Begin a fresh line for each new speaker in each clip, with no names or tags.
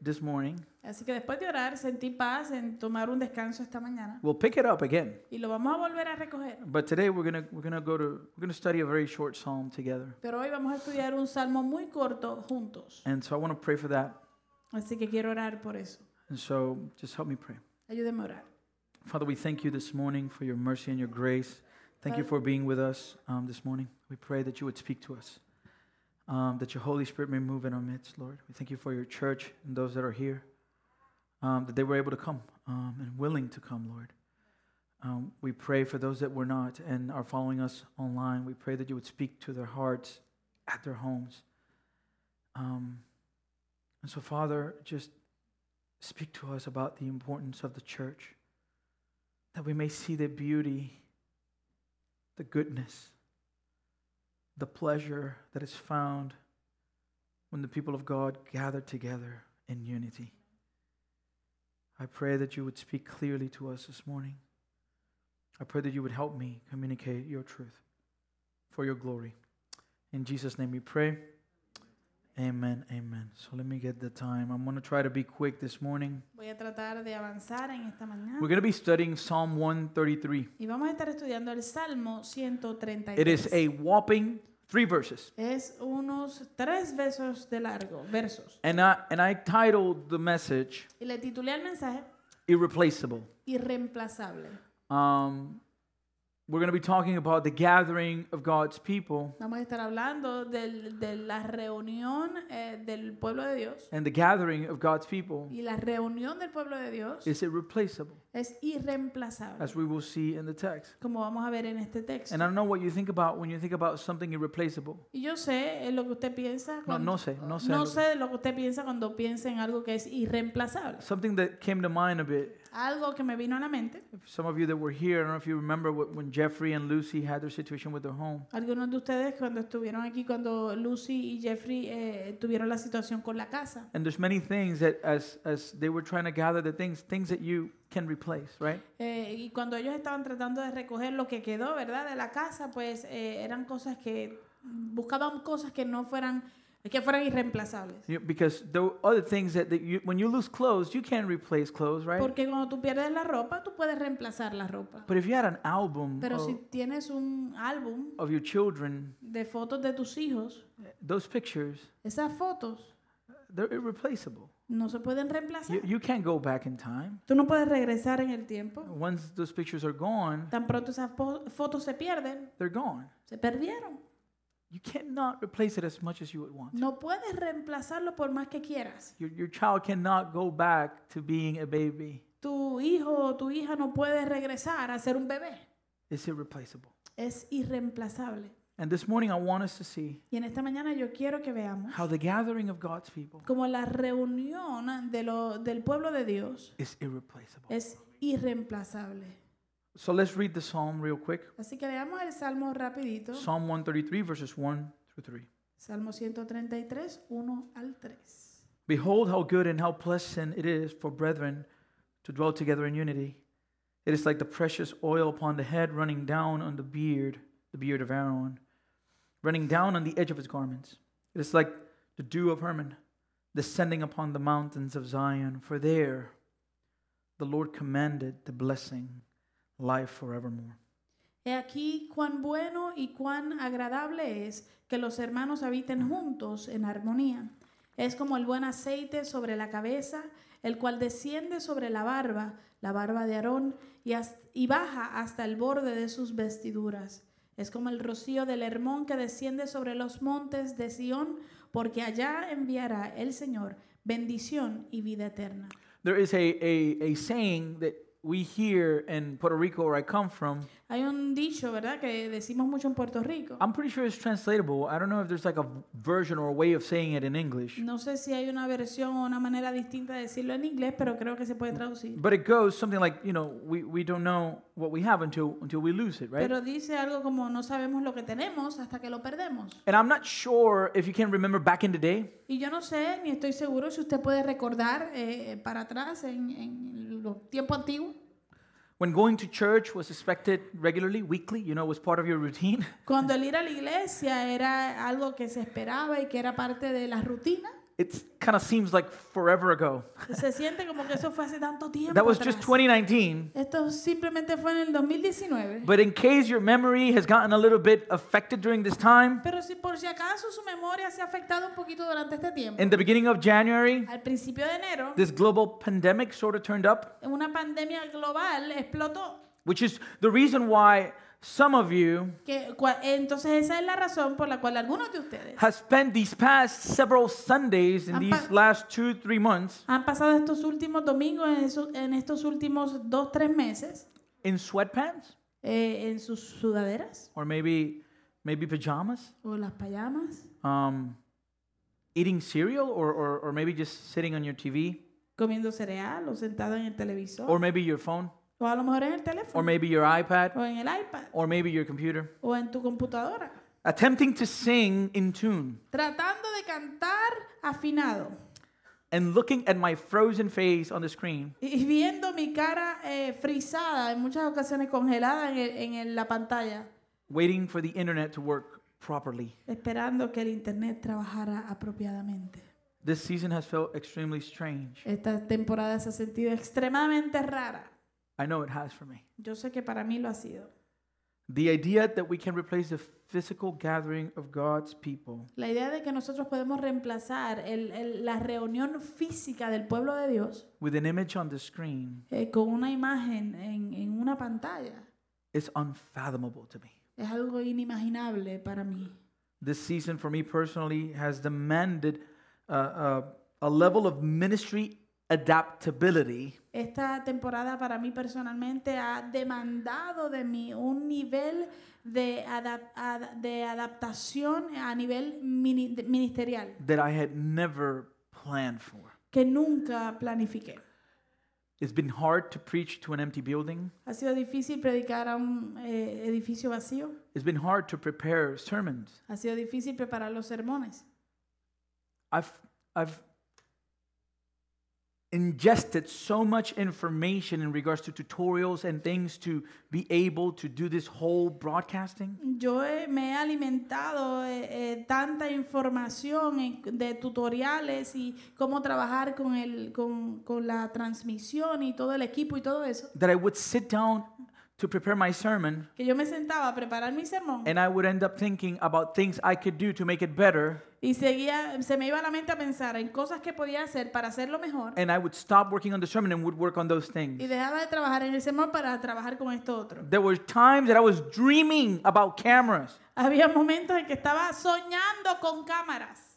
this morning,
Así que después de orar, sentí paz en tomar un descanso esta mañana.
we'll pick it up again.
Y lo vamos a volver a recoger.
But today we're gonna we're gonna go to we're gonna study a very short psalm together.
Pero hoy vamos a estudiar un salmo muy corto juntos.
And so I want to pray for that.
Así que quiero orar por eso.
And so just help me pray.
Ayúdeme a orar.
Father, we thank you this morning for your mercy and your grace. Thank you for
Father-
being with us um, this morning. We pray that you would speak to us, um, that your Holy Spirit may move in our midst, Lord. We thank you for your church and those that are here, um, that they were able to come um, and willing to come, Lord. Um, we pray for those that were not and are following us online. We pray that you would speak to their hearts at their homes. Um, and so, Father, just speak to us about the importance of the church that we may see the beauty, the goodness, the pleasure that is found when the people of God gather together in unity. I pray that you would speak clearly to us this morning. I pray that you would help me communicate your truth for your glory. In Jesus' name we pray. Amen, amen. So let me get the time. I'm going to try to be quick this morning.
Voy a tratar de avanzar en esta mañana.
We're going to be studying Psalm 133.
Y vamos a estar estudiando el Salmo 133.
It is a whopping three verses.
Es unos tres versos de largo, versos.
And I, and I titled the message
Y le titulé el mensaje
Irreplaceable.
Irreemplazable.
Um, we're going to be talking about the gathering of God's people
Vamos a estar hablando del- de la reunión eh, del pueblo de Dios.
and the gathering of God's people
Y la reunión del pueblo de Dios
is irreplaceable,
es irreemplazable,
as we will see in the text.
como vamos a ver en este texto.
And I don't know what you think about when you think about something irreplaceable.
Y yo sé eh, lo que usted piensa.
No,
cuando-
no sé, no sé.
No
lo-
sé lo que usted piensa cuando piensa en algo que es irreemplazable.
Something that came to mind a bit.
Algo que me vino a la mente.
Some of you that were here, I don't know if you remember what, when Jeffrey and Lucy had their situation with their home.
Algunos de ustedes cuando estuvieron aquí, cuando Lucy y Jeffrey eh, tuvieron la situación con la casa.
And there's many things that as as they were trying to gather the things, things that you can replace, right?
eh, y cuando ellos estaban tratando de recoger lo que quedó, ¿verdad? De la casa, pues eh, eran cosas que buscaban cosas que no fueran, que fueran irreemplazables.
You- because there were other things that, that you, when you lose clothes, you can't replace clothes, right?
Porque cuando tú pierdes la ropa, tú puedes reemplazar la ropa.
But if you had an album
Pero
of,
si tienes un álbum
of your children,
de fotos de tus hijos,
those pictures,
esas fotos
they're irreplaceable.
no se pueden reemplazar.
You, you can't go back in time.
Tú no puedes regresar en el tiempo.
Once those pictures are gone,
Tan pronto esas po- fotos se pierden,
they're gone.
se perdieron.
You cannot replace it as much as you would want.
No puedes reemplazarlo por más que quieras.
Your, your child cannot go back to being a baby.
Tu hijo o tu hija no puede regresar a ser un bebé.
It's irreplaceable.
Es irreemplazable.
And this morning, I want us to see
Y en esta mañana yo quiero que veamos
how the gathering of God's people
como la reunión de lo- del pueblo de Dios
is irreplaceable.
es irreemplazable.
So let's read the psalm real quick.
Así que leamos el Salmo rapidito.
Psalm 133, verses 1 through 3.
Salmo 133, 1 al 3.
Behold, how good and how pleasant it is for brethren to dwell together in unity. It is like the precious oil upon the head running down on the beard, the beard of Aaron, running down on the edge of his garments. It is like the dew of Hermon descending upon the mountains of Zion, for there the Lord commanded the blessing, life forevermore.
He aquí cuán bueno y cuán agradable es que los hermanos habiten juntos en armonía. Es como el buen aceite sobre la cabeza, el cual desciende sobre la barba, la barba de Aarón, y, has- y baja hasta el borde de sus vestiduras. Es como el rocío del Hermón que desciende sobre los montes de Sión, porque allá enviará el Señor bendición y vida eterna.
There is a, a, a saying that we hear in Puerto Rico, where I come from,
Hay un dicho, ¿verdad?, que decimos mucho en Puerto Rico.
I'm pretty sure it's translatable. I don't know if there's like a version or a way of saying it in English.
No sé si hay una versión o una manera distinta de decirlo en inglés, pero creo que se puede traducir.
But it goes something like, you know, we, we don't know what we have until until we lose it, right?
Pero dice algo como no sabemos lo que tenemos hasta que lo perdemos.
And I'm not sure if you can remember back in the day,
Y yo no sé, ni estoy seguro si usted puede recordar eh, para atrás en, en los tiempos antiguos,
when going to church was expected regularly, weekly, you know, was part of your routine.
cuando el ir a la iglesia era algo que se esperaba y que era parte de la rutina.
it kind of seems like forever ago.
Se siente como que eso fue hace tanto tiempo.
That was just
atrás.
2019.
Esto simplemente fue en el 2019.
But in case your memory has gotten a little bit affected during this time,
Pero si por si acaso su memoria se ha afectado un poquito durante este tiempo.
in the beginning of January,
Al principio de enero,
this global pandemic sort of turned up,
una pandemia global explotó.
which is the reason why some of you
Que, cua- entonces esa es la razón por la cual algunos de ustedes
have spent these past several Sundays in
Han
these
pa-
last two, three months
han pasado estos últimos domingos, en, eso- en estos últimos dos, tres meses,
in sweatpants
eh, en sus sudaderas
or maybe maybe pajamas,
o las payamas,
um, eating cereal or, or, or maybe just sitting on your TV
comiendo cereal o sentado en el televisor,
or maybe your phone
o a lo mejor en el
or
teléfono,
maybe your iPad
o en el iPad,
or maybe your computer.
o en tu computadora,
Attempting to sing in tune
tratando de cantar afinado
and looking at my frozen face on the screen
y viendo mi cara eh, frisada, en muchas ocasiones congelada en, el- en el- la pantalla,
waiting for the internet to work properly.
esperando que el Internet trabajara apropiadamente.
This season has felt extremely strange.
Esta temporada se ha sentido extremadamente rara.
I know it has for me.
Yo sé que para mí lo ha sido.
The idea that we can replace the physical gathering of God's people
La idea de que nosotros podemos reemplazar el- el- la reunión física del pueblo de Dios
with an image on the screen
eh, con una imagen en, en una pantalla
is unfathomable to me.
es algo inimaginable para mí.
This season, for me personally, has demanded uh, uh, a level of ministry adaptability
Esta temporada para mí personalmente ha demandado de mí un nivel de, adap- ad- de adaptación a nivel mini- ministerial
that I had never planned for.
que nunca planifiqué.
It's been hard to preach to an empty building.
Ha sido difícil predicar a un eh, edificio vacío.
It's been hard to prepare sermons.
Ha sido difícil preparar los sermones.
I've, I've ingested so much information in regards to tutorials and things to be able to do this whole broadcasting.
Yo he- me he alimentado eh, eh, tanta información en- de tutoriales y cómo trabajar con, el, con, con la transmisión y todo el equipo y todo eso,
That I would sit down to prepare my sermon
que yo me sentaba a preparar mi sermón
and I would end up thinking about things I could do to make it better,
y seguía, se me iba la mente a pensar en cosas que podía hacer para hacerlo mejor
and I would stop working on the sermon and would work on those
y
things.
dejaba de trabajar en el sermón para trabajar con esto otro.
There were times that I was dreaming about cameras
Había momentos en que estaba soñando con cámaras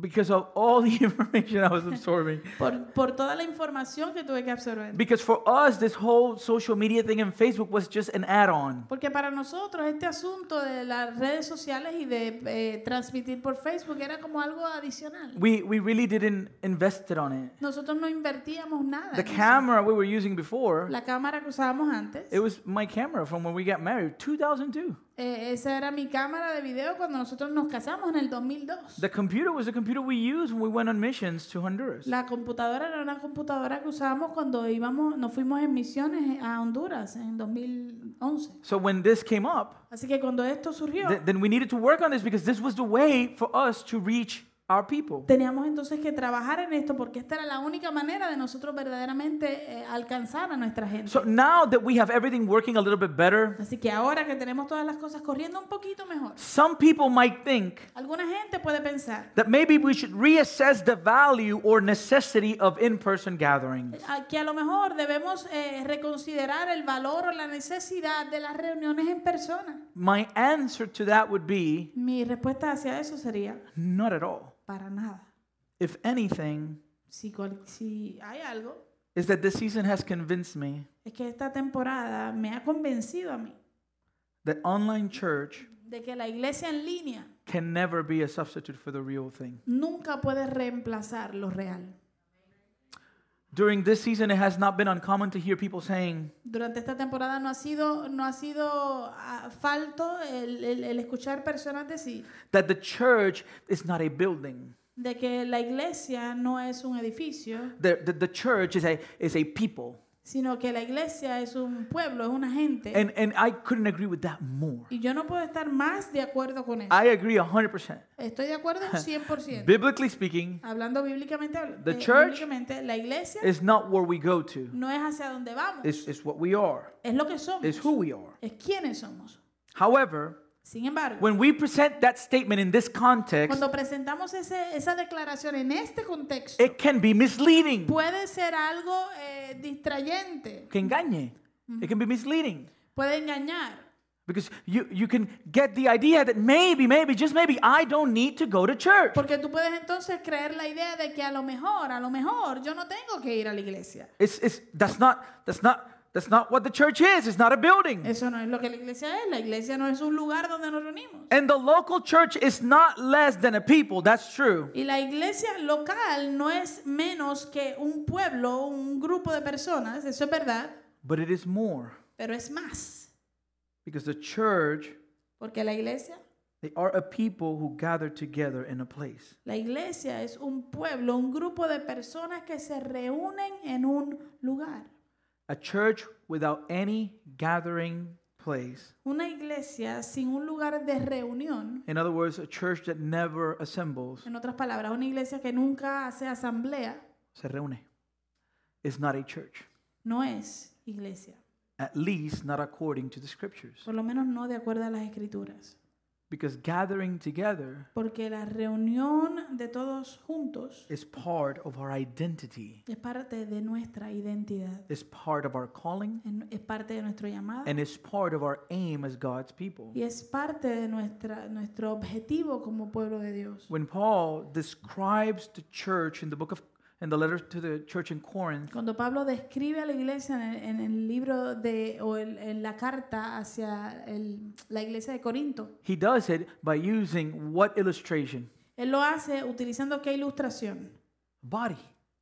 because of all the information I was absorbing.
por, por toda la información que tuve que absorber.
Because for us, this whole social media thing and Facebook was just an add on.
Porque para nosotros este asunto de las redes sociales y de eh, transmitir por Facebook era como algo adicional.
We, we really didn't invest it on it.
Nosotros no invertíamos nada.
The
en eso.
camera we were using before,
La cámara que usábamos antes,
it was my camera from when we got married, 2002.
eh, esa era mi cámara de video cuando nosotros nos casamos en el 2002.
The computer was the computer we used when we went on missions to Honduras.
La computadora era una computadora que usábamos cuando íbamos, nos fuimos en misiones a Honduras en 2011.
So when this came up,
Así que cuando esto surgió,
Th- then we needed to work on this because this was the way for us to reach our people.
teníamos entonces que trabajar en esto porque esta era la única manera de nosotros verdaderamente eh, alcanzar a nuestra gente.
So now that we have everything working a little bit better,
Así que ahora que tenemos todas las cosas corriendo un poquito mejor,
some people might think
alguna gente puede pensar
that maybe we should reassess the value or necessity of in person gatherings.
eh, a- que a lo mejor debemos eh, reconsiderar el valor o la necesidad de las reuniones en persona.
My answer to that would be
Mi respuesta hacia eso sería
not at all.
para nada.
If anything,
Si, cual- si hay algo,
is that this season has convinced me
es que esta temporada me ha convencido a mí
that online church
de que la iglesia en línea
can never be a substitute for the real thing.
nunca puede reemplazar lo real.
During this season, it has not been uncommon to hear people saying,
Durante esta temporada no ha sido, no ha sido ah, falto el, el- el escuchar personas decir
that the church is not a building.
de que la iglesia no es un edificio,
The, the, the church is a, is a people.
sino que la iglesia es un pueblo, es una gente.
And, and I couldn't agree with that more.
y yo no puedo estar más de acuerdo con eso.
I agree 100%.
Estoy de acuerdo 100%.
Biblically speaking,
Hablando bíblicamente,
The
eh,
church
bíblicamente, la iglesia
it's not where we go to,
no es hacia dónde vamos,
it's, it's what we are,
es lo que somos,
it's who we are.
es quiénes somos.
However,
Sin embargo,
when we present that statement in this context,
cuando presentamos ese- esa declaración en este contexto,
it can be misleading.
puede ser algo eh, distrayente,
Que engañe. It can be misleading.
puede engañar.
Because you, you can get the idea that maybe, maybe, just maybe, I don't need to go to church.
Porque tú puedes entonces creer la idea de que a lo mejor, a lo mejor yo no tengo que ir a la iglesia.
It's, it's, that's, not, that's, not, that's not what the church is. It's not a building.
Eso no es lo que la iglesia es. La iglesia no es un lugar donde nos reunimos.
And the local church is not less than a people. That's true.
Y la iglesia local no es menos que un pueblo, un grupo de personas, eso es verdad,
But it is more.
pero es más.
Because the church,
Porque la iglesia,
they are a people who gather together in a place.
la iglesia es un pueblo, un grupo de personas que se reúnen en un lugar.
A church without any gathering place.
Una iglesia sin un lugar de reunión,
In other words, a church that never assembles,
en otras palabras, una iglesia que nunca hace asamblea,
se reúne, is not a church.
no es iglesia.
At least not according to the scriptures.
Por lo menos no de acuerdo a las escrituras.
Because gathering together
Porque la reunión de todos juntos
is part of our identity,
es parte de nuestra identidad,
is part of our calling,
en- es parte de nuestro llamado
and is part of our aim as God's people.
y es parte de nuestra, nuestro objetivo como pueblo de Dios.
When Paul describes the church in the book of in the letter to the church in Corinth,
Cuando Pablo describe a la iglesia en el, en el libro de, o el- en la carta hacia el- la iglesia de Corinto,
he does it by using what illustration?
él lo hace utilizando qué ilustración?
Body,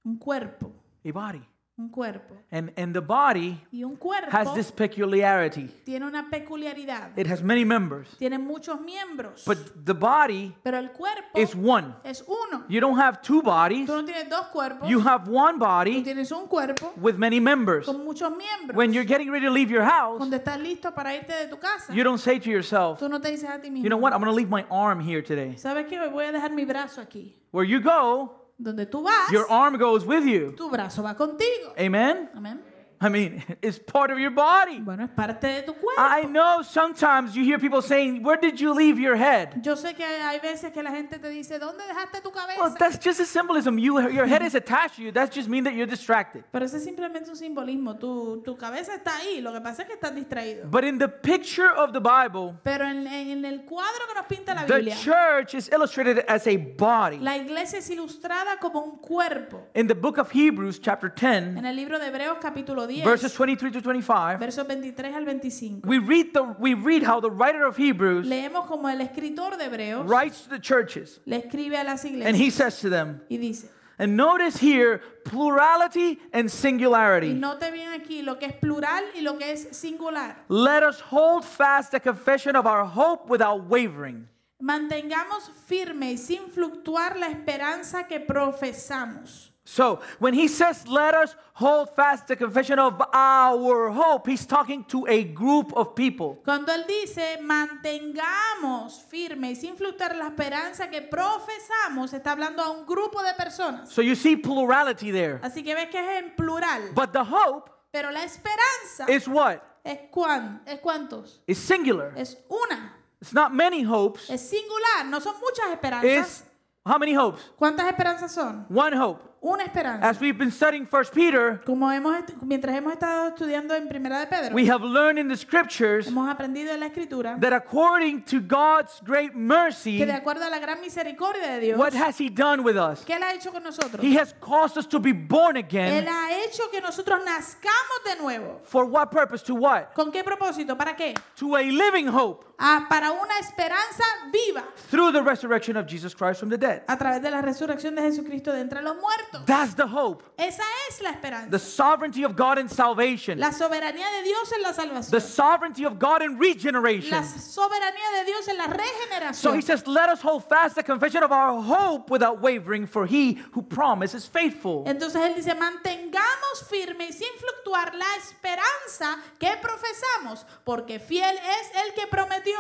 Un cuerpo,
a body.
un cuerpo.
And and the body
Y un cuerpo
has this peculiarity.
tiene una peculiaridad,
It has many members,
tiene muchos miembros,
but the body
pero el cuerpo
is one.
es uno.
You don't have two bodies.
Tú no tienes dos cuerpos,
You have one
tú
body
tienes un cuerpo
with many members.
con muchos miembros.
When you're getting ready to leave your house,
Cuando estás listo para irte de tu casa,
you don't say to yourself,
tú no te dices a ti mismo,
you know what, I'm going to leave my arm here today.
¿sabes qué? Hoy voy a dejar mi brazo aquí.
Where you go,
Donde tú vas,
your arm goes with you.
tu brazo va contigo.
Amen?
Amén.
I mean, it's part of your body.
Bueno, es parte de tu cuerpo.
I know sometimes you hear people saying, Where did you leave your head?
Yo sé que hay, hay veces que la gente te dice, ¿dónde dejaste tu cabeza?
Well, that's just a symbolism. You, your head is attached to you. That just means that you're distracted.
Pero ese es simplemente un simbolismo. Tu, tu cabeza está ahí, lo que pasa es que estás distraído.
But in the picture of the Bible,
Pero en, en el cuadro que nos pinta la
the
Biblia,
church is illustrated as a body.
la iglesia es ilustrada como un cuerpo.
In the book of Hebrews, chapter 10,
En el libro de Hebreos capítulo 10,
verses 23 to 25,
versos 23 al 25.
we read, the, we read how the writer of Hebrews
Leemos como el escritor de Hebreos
writes to the churches,
le escribe a las
and
iglesias
he says to them,
y dice,
and notice here plurality and
y
singularity.
note bien aquí lo que es plural y lo que es singular.
Let us hold fast the confession of our hope without wavering.
Mantengamos firme y sin fluctuar la esperanza que profesamos.
So, when he says, let us hold fast the confession of our hope, he's talking to a group of people.
Cuando él dice, mantengamos firme y sin fluctuar la esperanza que profesamos, está hablando a un grupo de personas.
So, you see plurality there.
Así que ves que es en plural.
But the hope
Pero la esperanza
is what?
es, cuán, es cuántos.
Is singular.
Es una.
It's not many hopes.
Es singular. No son muchas esperanzas.
It's how many hopes?
¿Cuántas esperanzas son?
One hope.
Una esperanza.
As we've been studying First Peter,
Como hemos est- mientras hemos estado estudiando en Primera de Pedro,
we have learned in the scriptures
hemos aprendido en la escritura
that according to God's great mercy,
que de acuerdo a la gran misericordia de Dios,
what has He done with us?
que él ha hecho con nosotros,
He has caused us to be born
él
again.
ha hecho que nosotros nazcamos de nuevo.
For what purpose? To what?
¿Con qué propósito? ¿Para qué?
To a living hope
Ah, para una esperanza viva
through the resurrection of Jesus Christ from the dead.
a través de la resurrección de Jesucristo de entre los muerto.
That's the hope.
Esa es la esperanza.
The sovereignty of God in salvation.
La soberanía de Dios en la
The
salvación.
sovereignty of God in regeneration.
La soberanía de Dios en la
So he
regeneración.
says, Let us hold fast the confession of our hope without wavering, for he who promised is faithful.
Entonces él dice, mantengamos firme y sin fluctuar la esperanza que profesamos, porque fiel es el que prometió.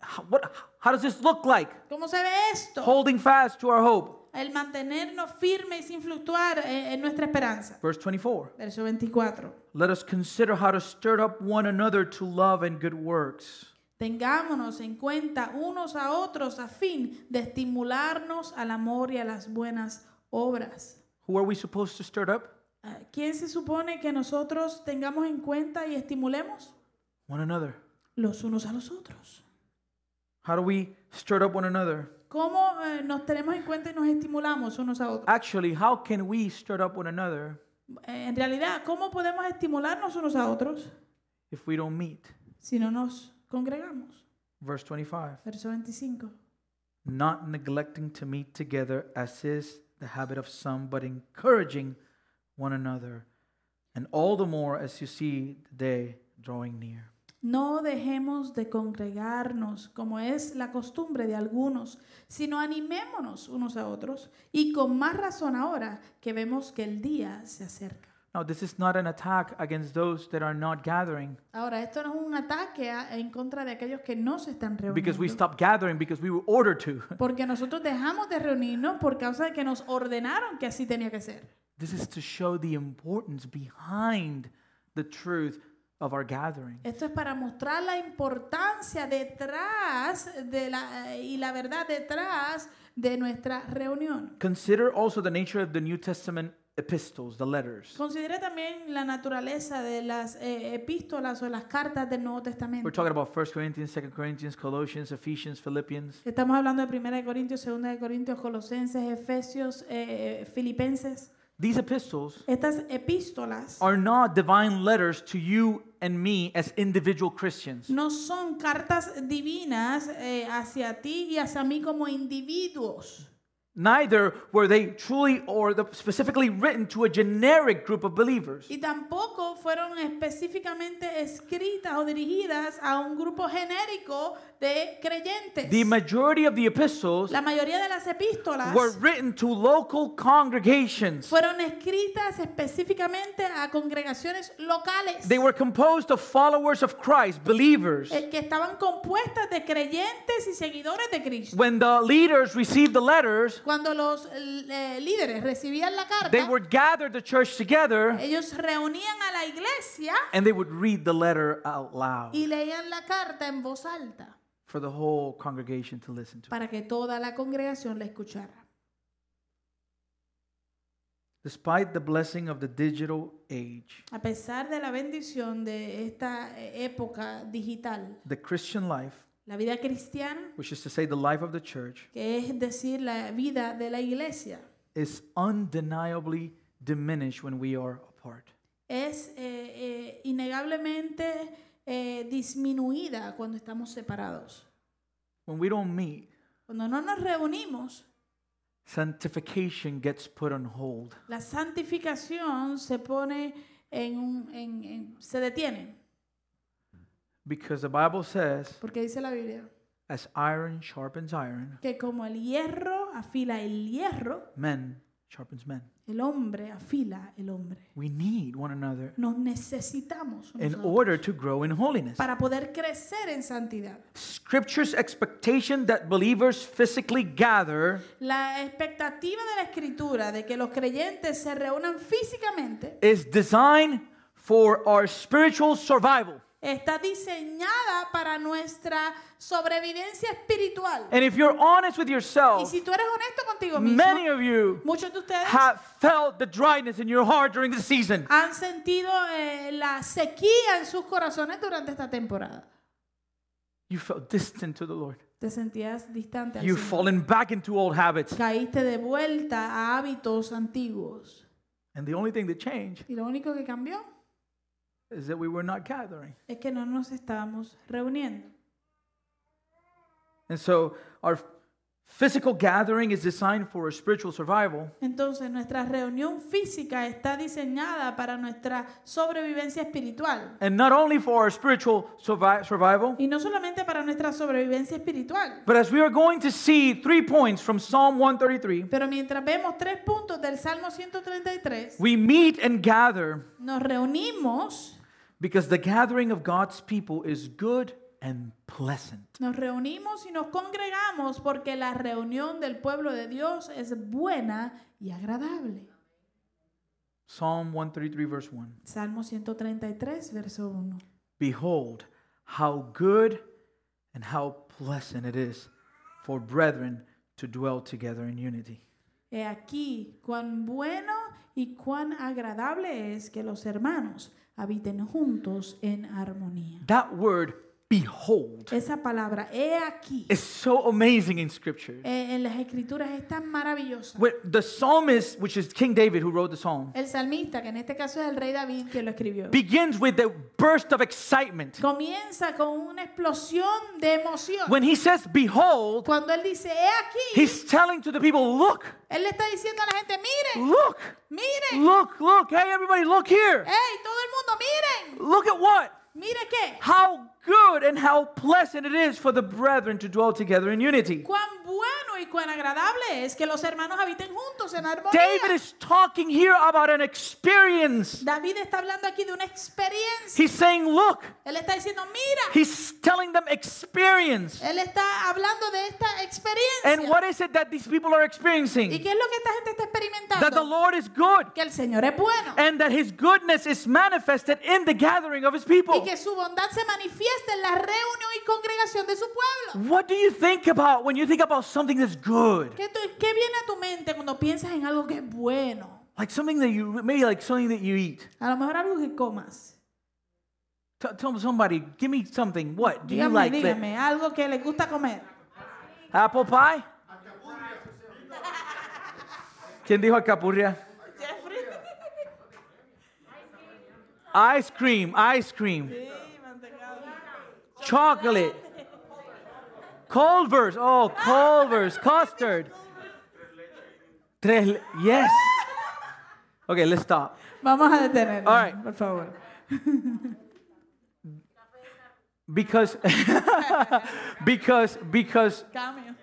How, what, how does this look like?
¿Cómo se ve esto?
Holding fast to our hope.
El mantenernos firme y sin fluctuar eh, en nuestra esperanza.
Verse 24.
Verso 24.
Let us consider how to stir up one another to love and good works.
Tengámonos en cuenta unos a otros a fin de estimularnos al amor y a las buenas obras.
Who are we supposed to stir up?
Ah, ¿Quién se supone que nosotros tengamos en cuenta y estimulemos?
One another.
Los unos a los otros.
How do we stir up one another?
¿Cómo eh, nos tenemos en cuenta y nos estimulamos unos a otros?
Actually, how can we stir up one another
Eh, en realidad, ¿cómo podemos estimularnos unos a otros
if we don't meet?
si no nos congregamos?
Verse 25.
Verso 25.
Not neglecting to meet together, as is the habit of some, but encouraging one another, and all the more as you see the day drawing near.
No dejemos de congregarnos, como es la costumbre de algunos, sino animémonos unos a otros, y con más razón ahora que vemos que el día se acerca.
Now, this is not an attack against those that are not gathering,
Ahora, esto no es un ataque a- en contra de aquellos que no se están
because we
reuniendo.
stopped gathering because we were ordered to.
Porque nosotros dejamos de reunirnos por causa de que nos ordenaron que así tenía que ser.
This is to show the importance behind the truth of our gathering.
Esto es para mostrar la importancia detrás de la, y la verdad detrás de nuestra reunión.
Consider also the nature of the New Testament epistles, the letters.
Considera también la naturaleza de las eh, epístolas o las cartas del Nuevo
We're
Testamento.
talking about 1 Corinthians, 2 Corinthians, Colossians, Ephesians, Philippians.
Estamos hablando de 1 de Corintios, 2 de Corintios, Colosenses, Efesios, eh, Filipenses.
These epistles
Estas epístolas
are not divine letters to you and me as individual Christians.
no son cartas divinas eh, hacia ti y hacia mí como individuos.
Neither were they truly or the, specifically written to a generic group of believers.
Y tampoco fueron específicamente escritas o dirigidas a un grupo genérico de creyentes.
The majority of the epistles
La mayoría de las epístolas
were written to local congregations.
fueron escritas específicamente a congregaciones locales
They were composed of followers of Christ, believers.
eh, que estaban compuestas de creyentes y seguidores de Cristo.
When the leaders received the letters,
Cuando los eh, líderes recibían la
they
carta,
would gather the church together
ellos reunían a la iglesia
and they would read the letter out loud
y leían la carta en voz alta
for the whole congregation to listen to.
para que toda la congregación la escuchara.
Despite the blessing of the digital age,
A pesar de la bendición de esta eh, época digital,
the Christian life,
la vida cristiana,
which is to say the life of the church,
que es decir, la vida de la iglesia,
is undeniably diminished when we are apart.
es eh, eh, innegablemente eh, disminuida cuando estamos separados.
When we don't meet,
Cuando no nos reunimos,
sanctification gets put on hold.
la santificación se pone en un, en- en- se detiene,
Because the Bible says,
porque dice la Biblia
as iron sharpens iron,
que como el hierro afila el hierro,
men sharpens men.
el hombre afila el hombre.
We need one another
Nos necesitamos unos
in
a
order
otros
to grow in holiness.
para poder crecer en santidad.
Scripture's expectation that believers physically gather
La expectativa de la escritura de que los creyentes se reúnan físicamente
is designed for our spiritual survival.
está diseñada para nuestra sobrevivencia espiritual.
And if you're honest with
Y
yourself,
si tú eres honesto contigo mismo,
many of you
muchos de ustedes
have felt the dryness in your heart during this season.
han sentido eh, la sequía en sus corazones durante esta temporada.
You felt distant to the Lord.
Te sentías distante. al
You've
Señor.
fallen back into old habits.
Caíste de vuelta a hábitos antiguos.
And the only thing that changed
Y lo único que cambió
is that we were not gathering.
es que no nos estábamos reuniendo.
And so our Physical gathering is designed for spiritual survival,
Entonces nuestra reunión física está diseñada para nuestra sobrevivencia espiritual.
and not only for our spiritual survi- survival,
Y no solamente para nuestra sobrevivencia espiritual.
but as we are going to see three points from Psalm 133,
Pero mientras vemos tres puntos del Salmo 133,
we meet and gather
nos reunimos,
because the gathering of God's people is good and pleasant.
nos reunimos y nos congregamos porque la reunión del pueblo de Dios es buena y agradable.
Psalm 133, verse 1.
Salmo 133, verso 1.
Behold, how good and how pleasant it is for brethren to dwell together in unity.
He aquí cuán bueno y cuán agradable es que los hermanos habiten juntos en armonía.
That word, behold,
Esa palabra, he aquí,
is so amazing in Scripture.
eh, en las escrituras es tan maravillosa.
When the psalmist, which is King David who wrote the psalm,
El salmista, que en este caso es el rey David quien lo escribió,
begins with a burst of excitement.
comienza con una explosión de emoción.
When he says, Behold,
Cuando él dice, he aquí,
he's telling to the people, Look,
él le está diciendo a la gente, miren,
look,
miren,
look, look. Hey, everybody, look here.
hey, todo el mundo, miren,
Look at what?
miren qué,
How good and how pleasant it is for the brethren to dwell together in unity.
cuán bueno y cuán agradable es que los hermanos habiten juntos en armonía.
David is talking here about an experience.
David está hablando aquí de una experiencia.
He's saying, Look,
Él está diciendo, mira,
he's telling them experience.
él está hablando de esta
And
experiencia.
what is it that these people are
¿Y
experiencing?
qué es lo que esta gente está
That the
experimentando?
Lord is good
Que el Señor es bueno
and that his goodness is manifested in the gathering of his
y
people.
que su bondad se manifiesta en la reunión y congregación de su pueblo.
What do you think about when you think about something that's good?
¿Qué, tú- qué viene a tu mente cuando piensas en algo que es bueno?
Like something that you, maybe like something that you eat.
A lo mejor algo que comas.
T- tell somebody, give me something. What do you
Dígame,
like? that-
dígame, algo que le gusta comer.
Apple pie? ¿Quién dijo alcapurria?
Jeffrey.
Ice cream, ice cream.
Sí, mantecado.
chocolate, Culver's. Oh, Culver's custard. Tres. le- Yes. Okay, let's stop.
Vamos a detenernos,
All right.
por favor.
Because, because, because
Cambio.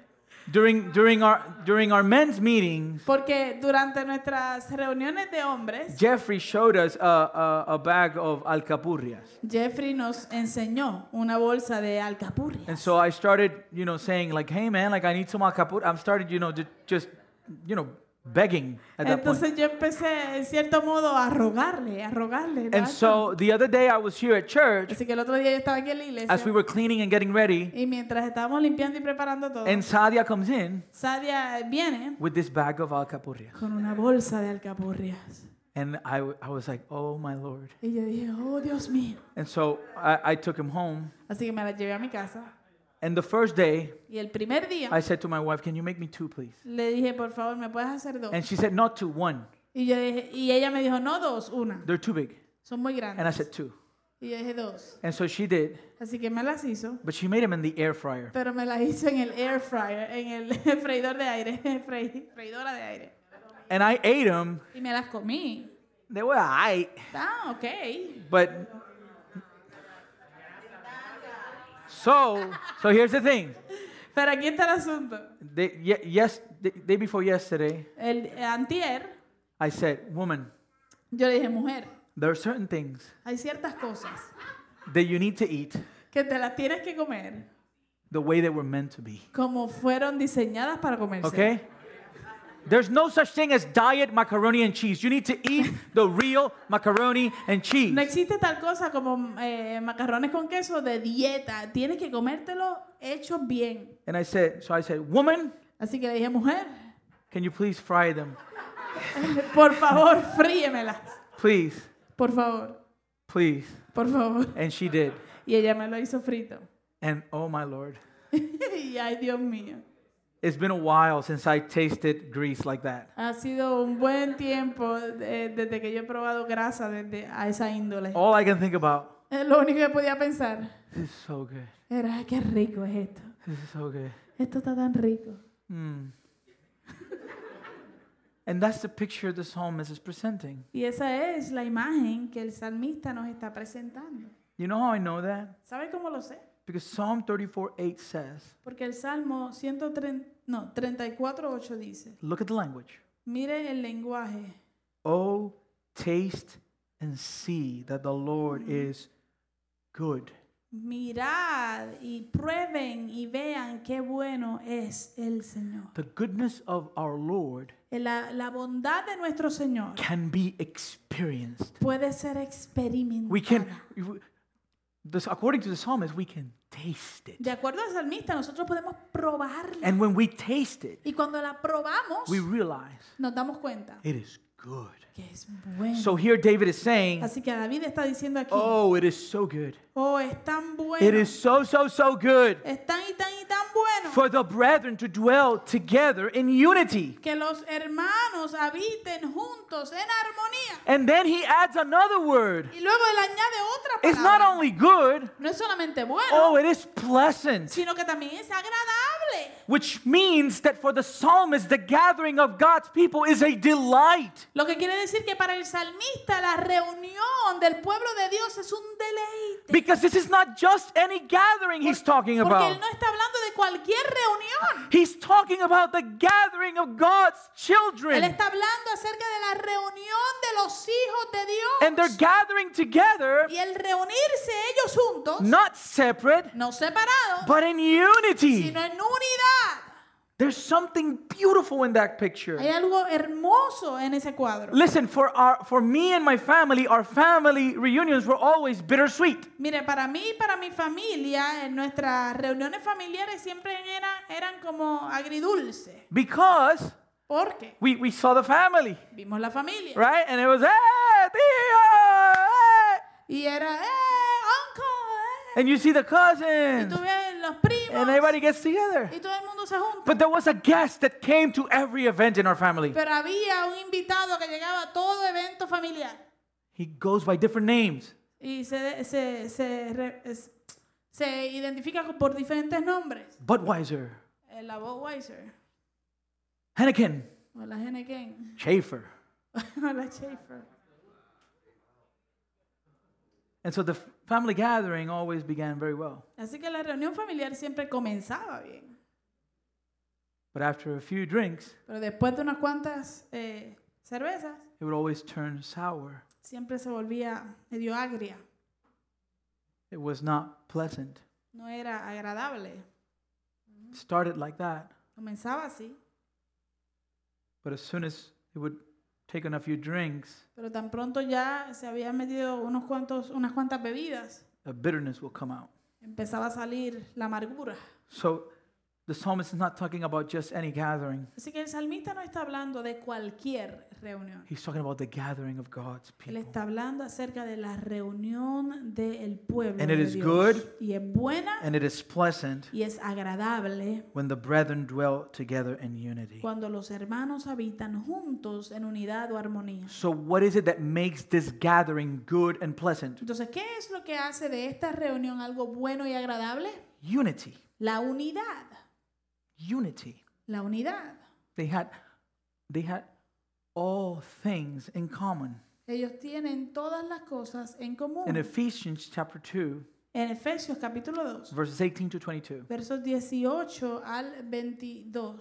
during during our during our men's meetings,
Porque durante nuestras reuniones de hombres,
Jeffrey showed us a, a, a bag of alcapurrias,
Jeffrey nos enseñó una bolsa de alcapurria.
and so I started, you know, saying like, "Hey, man, like I need some alcapurrias." I'm started, you know, ju- just, you know, begging at that point.
Entonces yo empecé, en cierto modo, a rogarle, a rogarle. ¿no?
And so the other day I was here at church,
Así que el otro día yo estaba aquí en la
as we
iglesia
were cleaning and getting ready,
y mientras estábamos limpiando y preparando todo,
and Sadia comes in
Sadia viene
with this bag of alcapurrias.
con una bolsa de alcapurrias.
And I, w- I was like, oh my Lord.
Y yo dije, oh Dios mío.
And so I, I took him home.
Así que me la llevé a mi casa.
And the first day,
Y el primer día
I said to my wife, can you make me two, please?
le dije, por favor, ¿me puedes hacer dos?
And she said, not two, one.
Y, yo dije, y ella me dijo, no dos, una.
They're too big.
Son muy
And I
grandes.
said, two.
Y yo dije, dos.
And so she did,
Así que me las hizo,
but she made them in the air fryer.
pero me las hizo en el air fryer, en el freidor de aire, frei- freidora de aire.
And I ate them.
Y me las comí.
They were all right,
Está ok.
but. So, so here's the thing.
Pero aquí está el asunto.
They, ye- yes, the day before yesterday,
El eh, antier,
I said, woman,
yo le dije, mujer,
there are certain things
hay ciertas cosas
that you need to eat
que te las tienes que comer
the way they were meant to be.
como fueron diseñadas para comerse.
Okay? There's no such thing as diet macaroni and cheese. You need to eat the real macaroni and cheese.
No existe tal cosa como eh, macarrones con queso de dieta. Tienes que comértelo hecho bien.
And I said, so I said, woman,
Así que le dije, mujer,
can you please fry them?
por favor, fríemelas.
Please,
Por favor.
please.
Por favor.
And she did.
Y ella me lo hizo frito.
And oh my lord,
y ay, Dios mío.
it's been a while since I tasted grease like that.
Ha sido un buen tiempo eh, desde que yo he probado grasa desde a esa índole.
All I can think about,
Eh, Lo único que podía pensar
this is so good.
era, "Ay, qué rico es esto.
This is so good.
Esto está tan rico.
Hmm. and that's the picture the psalmist is presenting.
Y esa es la imagen que el salmista nos está presentando.
You know how I know that?
¿Sabe cómo lo sé?
Because Psalm 34 8 says,
Porque el Salmo 134.8 no, 34:8 dice,
look at the language.
mire el lenguaje,
Oh, taste and see that the Lord is good.
mirad y prueben y vean qué bueno es el Señor.
The goodness of our Lord
La, la bondad de nuestro Señor
can be experienced.
puede ser
We can,
experimentada.
we- this, according to the psalmist, we can taste it.
De acuerdo al salmista, nosotros podemos probarla.
And when we taste it,
Y cuando la probamos,
we realize
nos damos cuenta
it is good.
que es bueno.
So here David is saying,
Así que David está diciendo aquí,
Oh, it is so good.
oh, es tan
It
bueno,
is so, so, so good
es tan y tan y tan bueno.
for the brethren to dwell together in unity.
que los hermanos habiten juntos en armonía.
And then he adds another word.
Y luego él añade otra
It's not
palabra.
only good,
No es solamente bueno,
oh, it is pleasant,
sino que también es agradable.
which means that for the psalmist, the gathering of God's people is a delight.
Lo que quiere decir que para el salmista la reunión del pueblo de Dios es un deleite.
Because this is not just any gathering he's talking
Porque él
about.
no está hablando de cualquier reunión.
He's talking about the gathering of God's
Él
children.
está hablando acerca de la reunión de los hijos de
And they're
Dios.
gathering together,
Y el reunirse ellos juntos,
not separate,
no separados,
but in unity.
sino en unidad.
There's something beautiful in that
Hay
picture.
algo hermoso en ese cuadro.
Listen, for our for me and my family, our family reunions were always bittersweet.
Mire, para mí y para mi familia, en nuestras reuniones familiares siempre eran, eran como agridulce.
Because
Porque
we, we saw the family,
vimos la familia.
right? And it was, hey, tío, hey."
Y era, ¡eh, uncle! eh".
And you see the
Y
cousins,
tú ves los
and
primos.
everybody gets together.
Y todo el mundo se junta.
But there was a guest that came to every event in our family.
Pero había un invitado que llegaba a todo evento familiar.
He goes by different names.
Y se, se, se, re- es- se identifica por diferentes nombres.
Budweiser,
Eh, La Budweiser,
Henneken,
o la Henneken,
Schaefer.
o la Schaefer.
And so the f- family gathering always began very well.
Así que la reunión familiar siempre comenzaba bien.
But after a few drinks,
Pero después de unas cuantas eh, cervezas,
it would always turn sour.
siempre se volvía medio agria.
It was not pleasant.
No era agradable.
It started like that,
Comenzaba así,
but as soon as it would take a few drinks,
pero tan pronto ya se habían metido unos cuantos, unas cuantas bebidas,
a bitterness will come out.
empezaba a salir la amargura.
So the psalmist is not talking about just any gathering.
Así que el salmista no está hablando de cualquier reunión.
He's talking about the gathering of God's
Él
people.
está hablando acerca de la reunión del pueblo
And it
de
is
Dios.
good.
y es buena
And it is pleasant
y es agradable
when the brethren dwell together in unity.
cuando los hermanos habitan juntos en unidad o armonía.
So, what is it that makes this gathering good and pleasant?
Entonces, ¿qué es lo que hace de esta reunión algo bueno y agradable?
Unity.
La unidad.
Unity.
La unidad.
They had, they had all things in common.
Ellos tienen todas las cosas en común.
In Ephesians chapter 2,
En Efesios capítulo 2,
verses 18 to 22,
versos 18 al 22.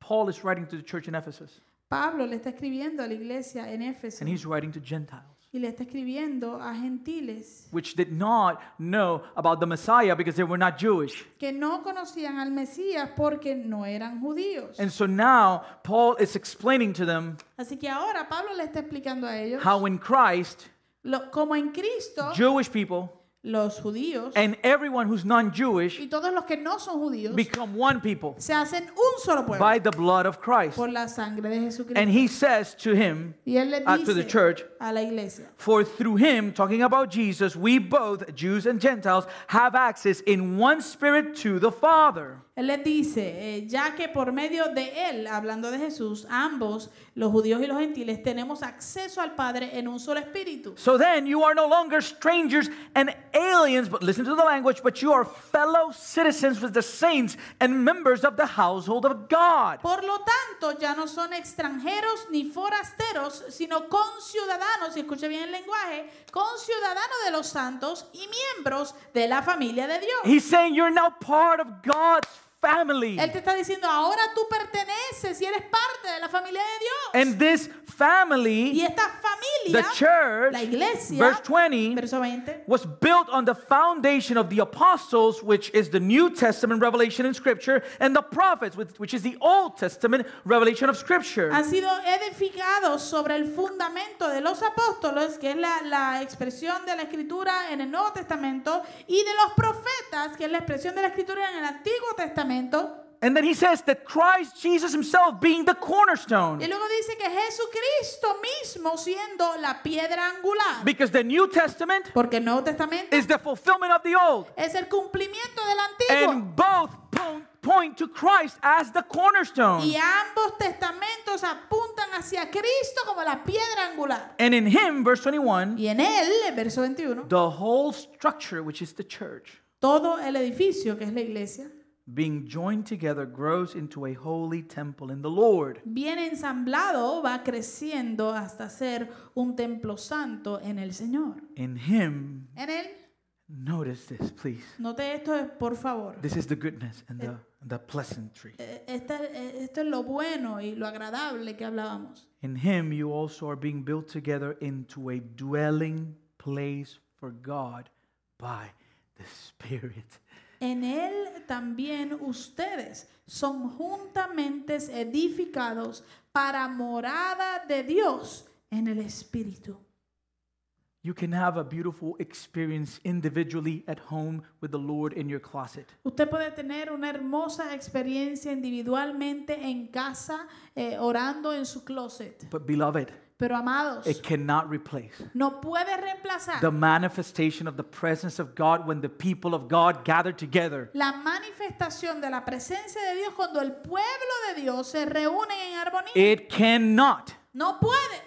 Paul is writing to the church in Ephesus,
Pablo le está escribiendo a la iglesia en Éfeso
and he's writing to Gentiles,
y le está escribiendo a gentiles
which did not know about the Messiah because they were not Jewish.
que no conocían al Mesías porque no eran judíos.
And so now Paul is explaining to them
Así que ahora Pablo le está explicando a ellos
how in Christ,
lo- como en Cristo
Jewish people
los judíos
and everyone who's non Jewish
y todos los que no son judíos
become one people
se hacen un solo pueblo
by the blood of Christ.
por la sangre de Jesucristo.
And he says to him,
y él le
uh, to the
dice
church,
a la iglesia,
For through him, talking about Jesus, we both, Jews and Gentiles, have access in one spirit to the Father.
él les dice, eh, ya que por medio de él, hablando de Jesús, ambos, los judíos y los gentiles, tenemos acceso al Padre en un solo espíritu.
So then you are no longer strangers and aliens, but listen to the language, but you are fellow citizens with the saints and members of the household of God.
Por lo tanto, ya no son extranjeros ni forasteros, sino conciudadanos, y escuche bien el lenguaje, conciudadanos de los santos y miembros de la familia de Dios.
He's saying you're now part of God's family.
Él te está diciendo, ahora tú perteneces y eres parte de la familia de Dios.
And this
y
family,
esta
the
familia,
church,
la iglesia,
verse 20,
verso 20,
was built on the foundation of the apostles, which is the New Testament revelation in Scripture, and the prophets, which which is the Old Testament revelation of Scripture.
han sido edificados sobre el fundamento de los apóstoles, que es la, la expresión de la escritura en el Nuevo Testamento, y de los profetas, que es la expresión de la escritura en el Antiguo Testamento.
And then he says that Christ Jesus himself being the cornerstone.
Y luego dice que Jesucristo mismo siendo la piedra angular,
Because the New Testament
porque el Nuevo Testamento
is the fulfillment of the Old.
es el cumplimiento del Antiguo.
And both po- point to Christ as the cornerstone.
Y ambos testamentos apuntan hacia Cristo como la piedra angular.
And in him, verse 21,
Y en él, verso 21,
the whole structure, which is the church,
todo el edificio que es la iglesia
being joined together, grows into a holy temple in the Lord.
bien ensamblado va creciendo hasta ser un templo santo en el Señor.
In him,
En él,
notice this, please.
note esto es, por favor.
This is the goodness and the, and the pleasantry.
Eh, este- eh, esto es lo bueno y lo agradable que hablábamos.
In him, you also are being built together into a dwelling place for God by the Spirit.
En él también ustedes son juntamente edificados para morada de Dios en el Espíritu.
You can have a beautiful experience individually at home with the Lord in your closet.
Usted puede tener una hermosa experiencia individualmente en casa, eh, orando en su closet.
But, beloved,
Pero amados,
it cannot replace
no puede reemplazar
the manifestation of the presence of God when the people of God gather together.
la manifestación de la presencia de Dios cuando el pueblo de Dios se reúne en armonía.
It cannot.
No puede.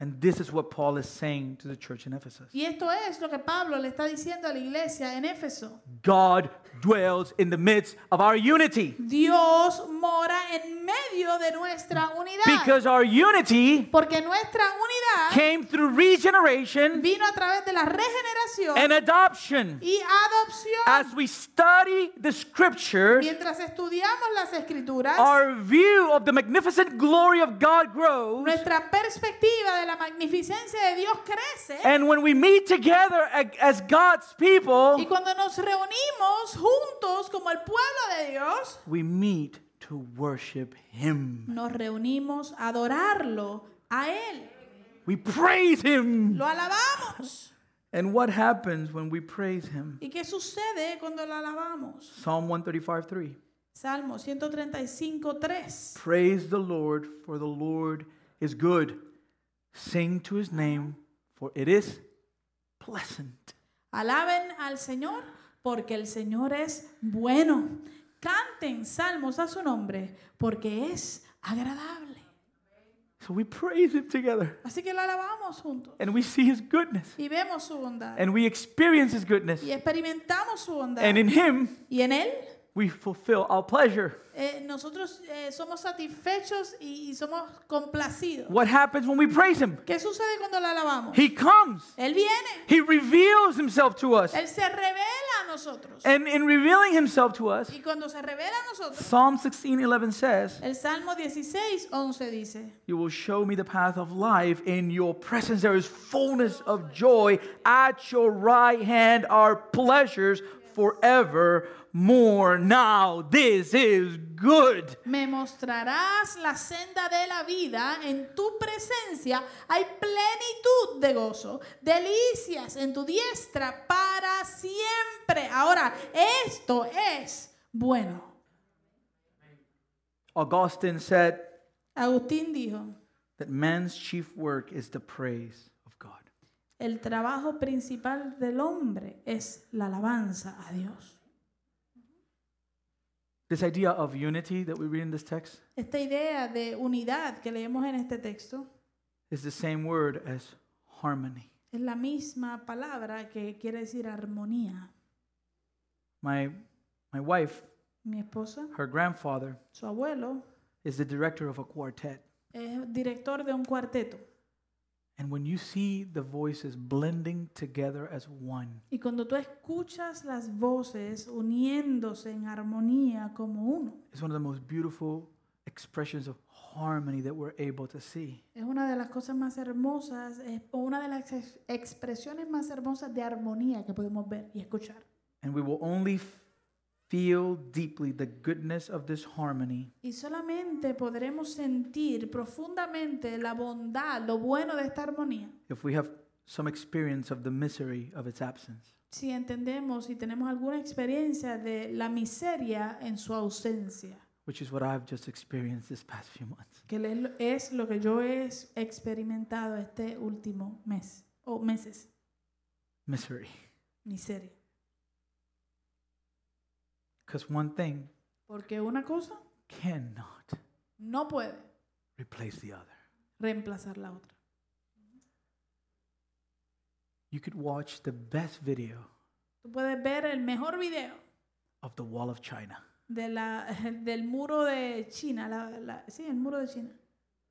And this is what Paul is saying to the church in Ephesus
Y esto es lo que Pablo le está diciendo a la iglesia en Éfeso.
God dwells in the midst of our unity.
Dios mora en medio de nuestra unidad.
Because our unity
porque nuestra unidad
came through regeneration
vino a través de la regeneración
and adoption.
y adopción.
As we study the scriptures,
Mientras estudiamos las escrituras,
our view of the magnificent glory of God grows.
nuestra perspectiva de la magnificencia de Dios crece.
And when we meet together a- as God's
Y
people,
cuando nos reunimos juntos como el pueblo de Dios,
we meet to worship Him.
nos reunimos a adorarlo a Él.
We praise Him.
Lo alabamos.
And what happens when we praise Him?
¿Y qué sucede cuando lo alabamos?
Psalm 135 3.
Salmo 135, 3.
Praise the Lord, for the Lord is good. Sing to his name, for it is pleasant.
Alaben al Señor porque el Señor es bueno. Canten salmos a su nombre porque es agradable.
So we praise him together
Así que lo alabamos juntos
and we see his goodness
y vemos su bondad
and we experience his goodness.
y experimentamos su bondad.
And in him,
Y en Él
we fulfill our pleasure.
eh, nosotros eh, somos satisfechos y, y somos complacidos.
What happens when we praise him?
¿Qué sucede cuando lo alabamos?
He comes,
Él viene,
he reveals himself to us.
Él se revela a nosotros.
And in revealing himself to us,
Y cuando se revela a nosotros,
Psalm 16 11 says,
el Salmo 16, 11 dice.
You will show me the path of life. In your presence there is fullness of joy. At your right hand are pleasures forevermore. Now this is good.
Me mostrarás la senda de la vida. En tu presencia hay plenitud de gozo, delicias en tu diestra para siempre. Ahora, esto es bueno.
Augustine said
Agustín dijo,
that man's chief work is the praise of God.
el trabajo principal del hombre es la alabanza a Dios.
This idea of unity that we read in this text
Esta idea de unidad que leemos en este texto
is the same word as harmony.
es la misma palabra que quiere decir armonía.
My, my wife,
Mi esposa,
her grandfather,
su abuelo,
is the director of a quartet.
es director de un cuarteto.
And when you see the voices blending together as one,
Y cuando tú escuchas las voces uniéndose en armonía como uno,
it's one of the most beautiful expressions of harmony that we're able to see.
es una de las cosas más hermosas, es una de las ex- expresiones más hermosas de armonía que podemos ver y escuchar.
And we will only f- feel deeply the goodness of this harmony
Y solamente podremos sentir profundamente la bondad, lo bueno de esta armonía,
if we have some experience of the misery of its absence.
si entendemos y tenemos alguna experiencia de la miseria en su ausencia,
which is what I've just experienced this past few months.
que es lo- es lo que yo he experimentado este último mes o meses,
Misery.
miseria.
Because one thing
Porque una cosa
cannot
no puede
replace the other.
reemplazar la otra.
You could watch the best video
Tú puedes ver el mejor video
of the Wall of China,
de la, del muro de China, la, la- sí, el muro de China.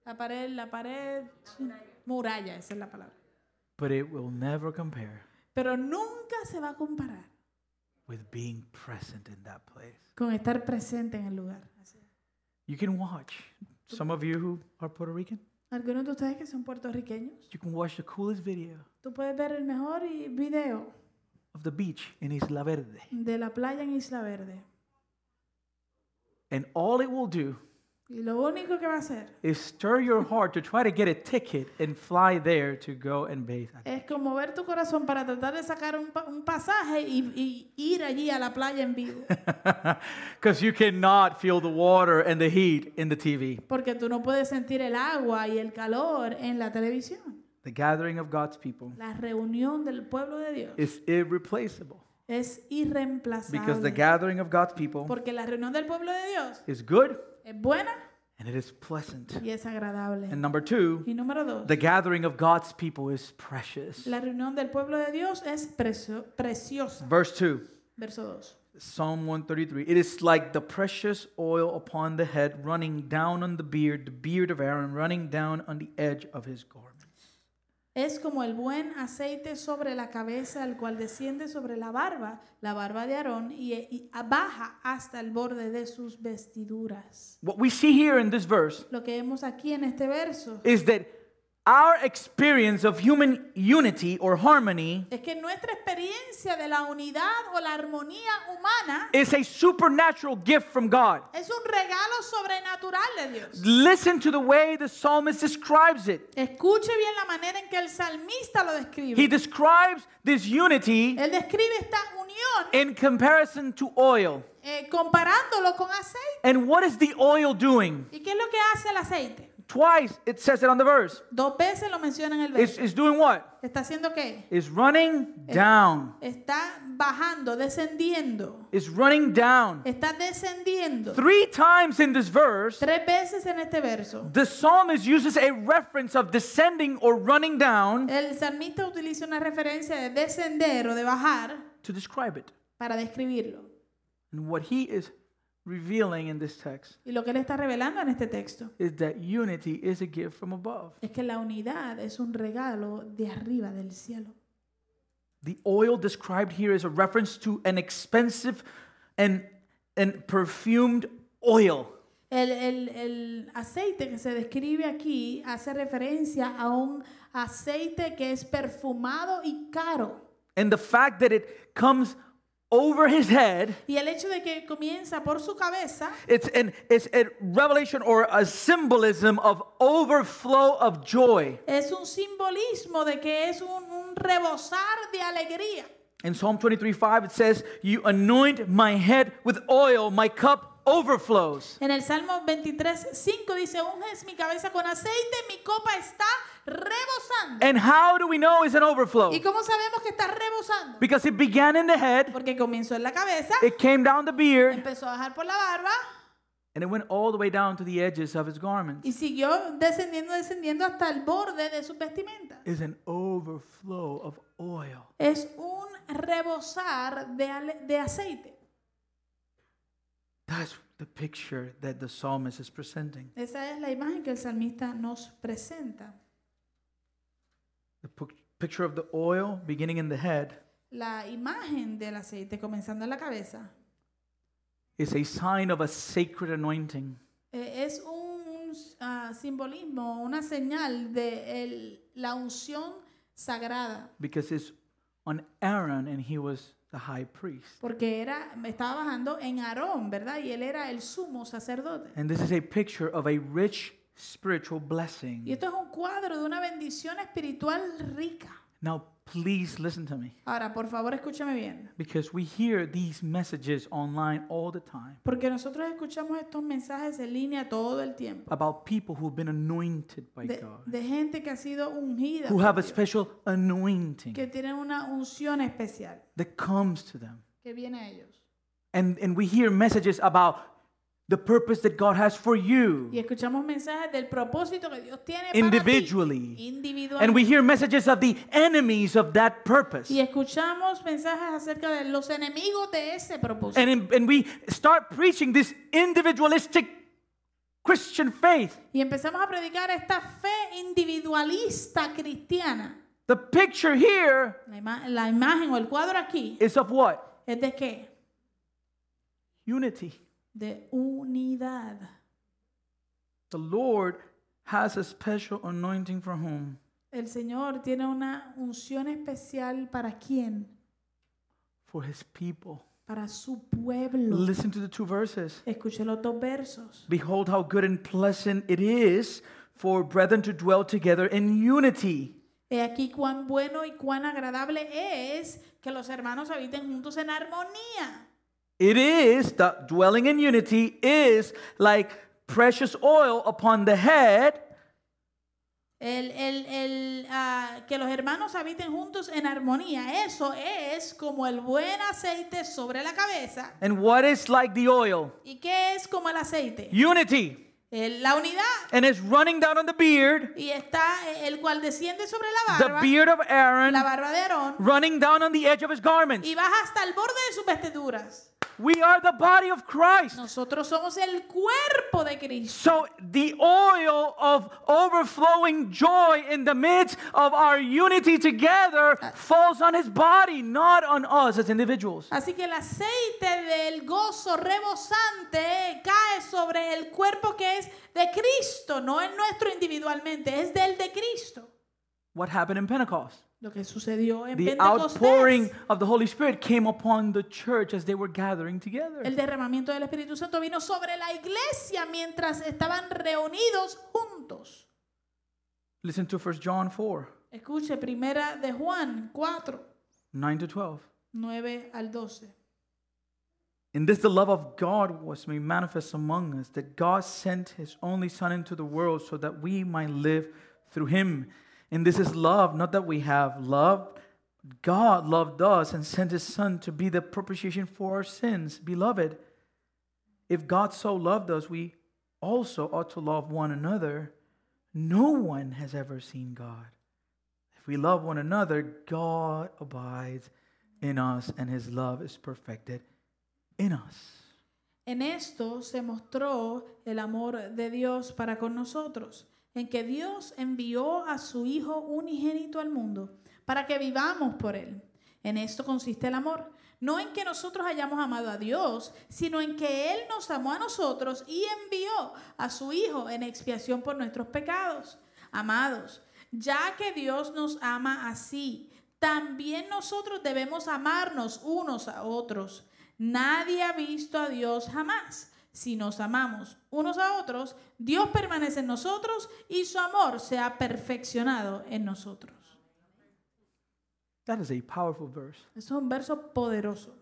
La pared, la pared, china. muralla, esa es la palabra.
but it will never compare
Pero nunca se va a comparar
with being present in that place.
con estar presente en el lugar. Así es.
You can watch, some of you who are Puerto Rican,
Algunos de ustedes que son puertorriqueños,
you can watch the coolest video
tú puedes ver el mejor y- video
of the beach in Isla Verde.
de la playa en Isla Verde.
And all it will do
Y lo único que va a hacer
is stir your heart to try to get a ticket and fly there to go and bathe.
es como ver tu corazón para tratar de sacar un, pa- un pasaje y, y ir allí a la playa en vivo.
Because you cannot feel the water and the heat in the TV.
Porque tú no puedes sentir el agua y el calor en la televisión.
The gathering of God's people
La reunión del pueblo de Dios
is irreplaceable
es
because the
irreemplazable.
gathering of God's people
Porque la reunión del pueblo de Dios
is good
es buena
and it is pleasant.
y es agradable.
And number two,
Y número dos,
the gathering of God's people is precious.
la reunión del pueblo de Dios es precio- preciosa.
Verse 2,
Verso 2.
Psalm 133 It is like the precious oil upon the head, running down on the beard, the beard of Aaron, running down on the edge of his garment.
Es como el buen aceite sobre la cabeza, el cual desciende sobre la barba, la barba de Aarón, y, y baja hasta el borde de sus vestiduras.
What we see here in this verse
Lo que vemos aquí en este verso
is that our experience of human unity or harmony
es que nuestra experiencia de la unidad o la armonía humana
is a supernatural gift from God.
es un regalo sobrenatural de Dios.
Listen to the way the psalmist describes it.
Escuche bien la manera en que el salmista lo describe.
He describes this unity
Él describe esta unión
in comparison to oil.
eh, comparándolo con aceite.
And what is the oil doing?
¿Y qué es lo que hace el aceite?
Twice it says it on the verse.
Dos veces lo menciona en el
It's,
verso.
it's doing what?
¿Está haciendo qué?
It's running down.
Está bajando, descendiendo.
It's running down.
Está descendiendo.
Three times in this verse,
Tres veces en este verso.
the psalmist uses a reference of descending or running down
El salmista utiliza una referencia de descender o de bajar
to describe it.
para describirlo.
And what he is revealing in this text
Y lo que él está revelando en este texto
is that unity is a gift from above.
es que la unidad es un regalo de arriba del cielo.
The oil described here is a reference to an expensive and, and perfumed oil.
El, el- el aceite que se describe aquí hace referencia a un aceite que es perfumado y caro.
And the fact that it comes over his head,
Y el hecho de que comienza por su cabeza
it's, an, it's a revelation or a symbolism of overflow of joy.
es un simbolismo de que es un, un rebosar de alegría.
In Psalm 23 5, it says, You anoint my head with oil, my cup overflows.
En el Salmo 23, 5 dice, unges mi cabeza con aceite, mi copa está rebosando.
And how do we know it's an overflow?
¿Y cómo sabemos que está rebosando?
Because it began in the head,
Porque comenzó en la cabeza,
it came down the beard,
empezó a bajar por la barba
and it went all the way down to the edges of his garments.
y siguió descendiendo, descendiendo hasta el borde de sus vestimentas.
It's an overflow of oil.
Es un rebosar de, ale- de aceite.
That's the picture that the psalmist is presenting.
Esa es la imagen que el salmista nos presenta.
The pic- picture of the oil beginning in the head
La imagen del aceite comenzando en la cabeza
is a sign of a sacred anointing.
eh, es un ah, simbolismo, una señal de el- la unción sagrada,
because it's on Aaron and he was the high priest.
porque era estaba bajando en Aarón, ¿verdad? Y él era el sumo sacerdote.
And this is a picture of a rich spiritual
Y
blessing.
esto es un cuadro de una bendición espiritual rica.
Now, please listen to me
Ahora, por favor, escúchame bien,
because we hear these messages online all the time
porque nosotros escuchamos estos mensajes en línea todo el tiempo
about people who've been anointed by
de,
God,
de gente que ha sido ungida,
who
por
have a
Dios,
special anointing
que tienen una unción especial
that comes to them.
que viene a ellos.
And, and we hear messages about the purpose that God has for
Y
you
escuchamos mensajes del propósito que Dios tiene para ti
individually. And we
individualmente.
hear messages of the enemies of that purpose.
Y escuchamos mensajes acerca de los enemigos de ese propósito.
And, in, and we start preaching this individualistic Christian faith.
y empezamos a predicar esta fe individualista cristiana.
The picture here
La, ima- la imagen o el cuadro aquí
is of what?
es de qué?
Unity.
De unidad.
The Lord has a special anointing for whom?
El Señor tiene una unción especial para quién?
For his people.
Para su pueblo.
Listen to the two verses.
Escuché los dos versos.
Behold, how good and pleasant it is for brethren to dwell together in unity.
He aquí cuán bueno y cuán agradable es que los hermanos habiten juntos en armonía.
It is that dwelling in unity is like precious oil upon the head
El, el- el, ah, que los hermanos habiten juntos en armonía. Eso es como el buen aceite sobre la cabeza.
and what is like the oil?
¿Y qué es como el aceite?
Unity.
El- la unidad.
and it's running down on the beard,
Y está eh, el cual desciende sobre la
the
barba,
beard of Aaron,
la barba de Aarón,
running down on the edge of his garments.
y baja hasta el borde de sus vestiduras.
We are the body of Christ.
Nosotros somos el cuerpo de
So
Cristo.
the oil of overflowing joy in the midst of our unity together
Uh,
falls on his body, not on us as individuals.
Así que el aceite del gozo rebosante cae sobre el cuerpo que es de Cristo, no es nuestro individualmente, es del de Cristo.
What happened in Pentecost?
Lo que sucedió en
The outpouring
Pentecostés,
of the Holy Spirit came upon the church as they were gathering together.
el derramamiento del Espíritu Santo vino sobre la iglesia mientras estaban reunidos juntos.
Listen to 1 John 4
Escuche, primera de Juan 4,
9 to 12.
9 al 12.
In this, the love of God was made manifest among us, that God sent his only Son into the world so that we might live through him. And this is love, not that we have loved. God loved us and sent his Son to be the propitiation for our sins. Beloved, if God so loved us, we also ought to love one another. No one has ever seen God. If we love one another, God abides in us, and his love is perfected in us.
En esto se mostró el amor de Dios para con nosotros, en que Dios envió a su Hijo unigénito al mundo para que vivamos por Él. En esto consiste el amor, no en que nosotros hayamos amado a Dios, sino en que Él nos amó a nosotros y envió a su Hijo en expiación por nuestros pecados. Amados, ya que Dios nos ama así, también nosotros debemos amarnos unos a otros. Nadie ha visto a Dios jamás. Si nos amamos unos a otros, Dios permanece en nosotros y su amor se ha perfeccionado en nosotros.
That is a powerful verse.
Esto es un verso poderoso.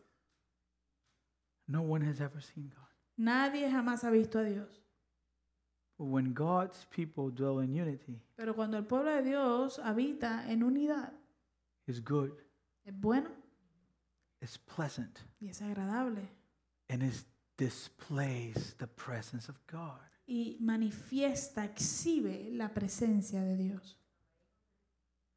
No one has ever seen God.
Nadie jamás ha visto a Dios.
When God's people dwell in unity,
Pero cuando el pueblo de Dios habita en unidad,
it's good,
es bueno
it's pleasant,
y es agradable
and it displays the presence of God.
y manifiesta, exhibe la presencia de Dios.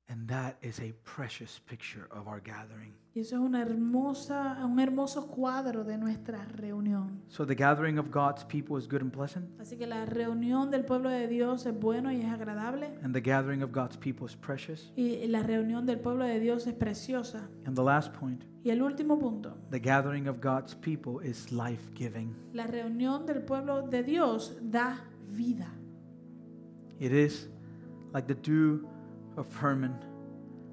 And that is a precious picture of our gathering.
Y eso es una hermosa, un hermoso cuadro de nuestra reunión.
So the gathering of God's people is good and pleasant,
Así que la reunión del pueblo de Dios es bueno y es agradable.
and the gathering of God's people is precious.
Y la reunión del pueblo de Dios es preciosa.
And the last point,
Y el último punto,
the gathering of God's people is life-giving.
la reunión del pueblo de Dios da vida.
It is like the dew of Hermon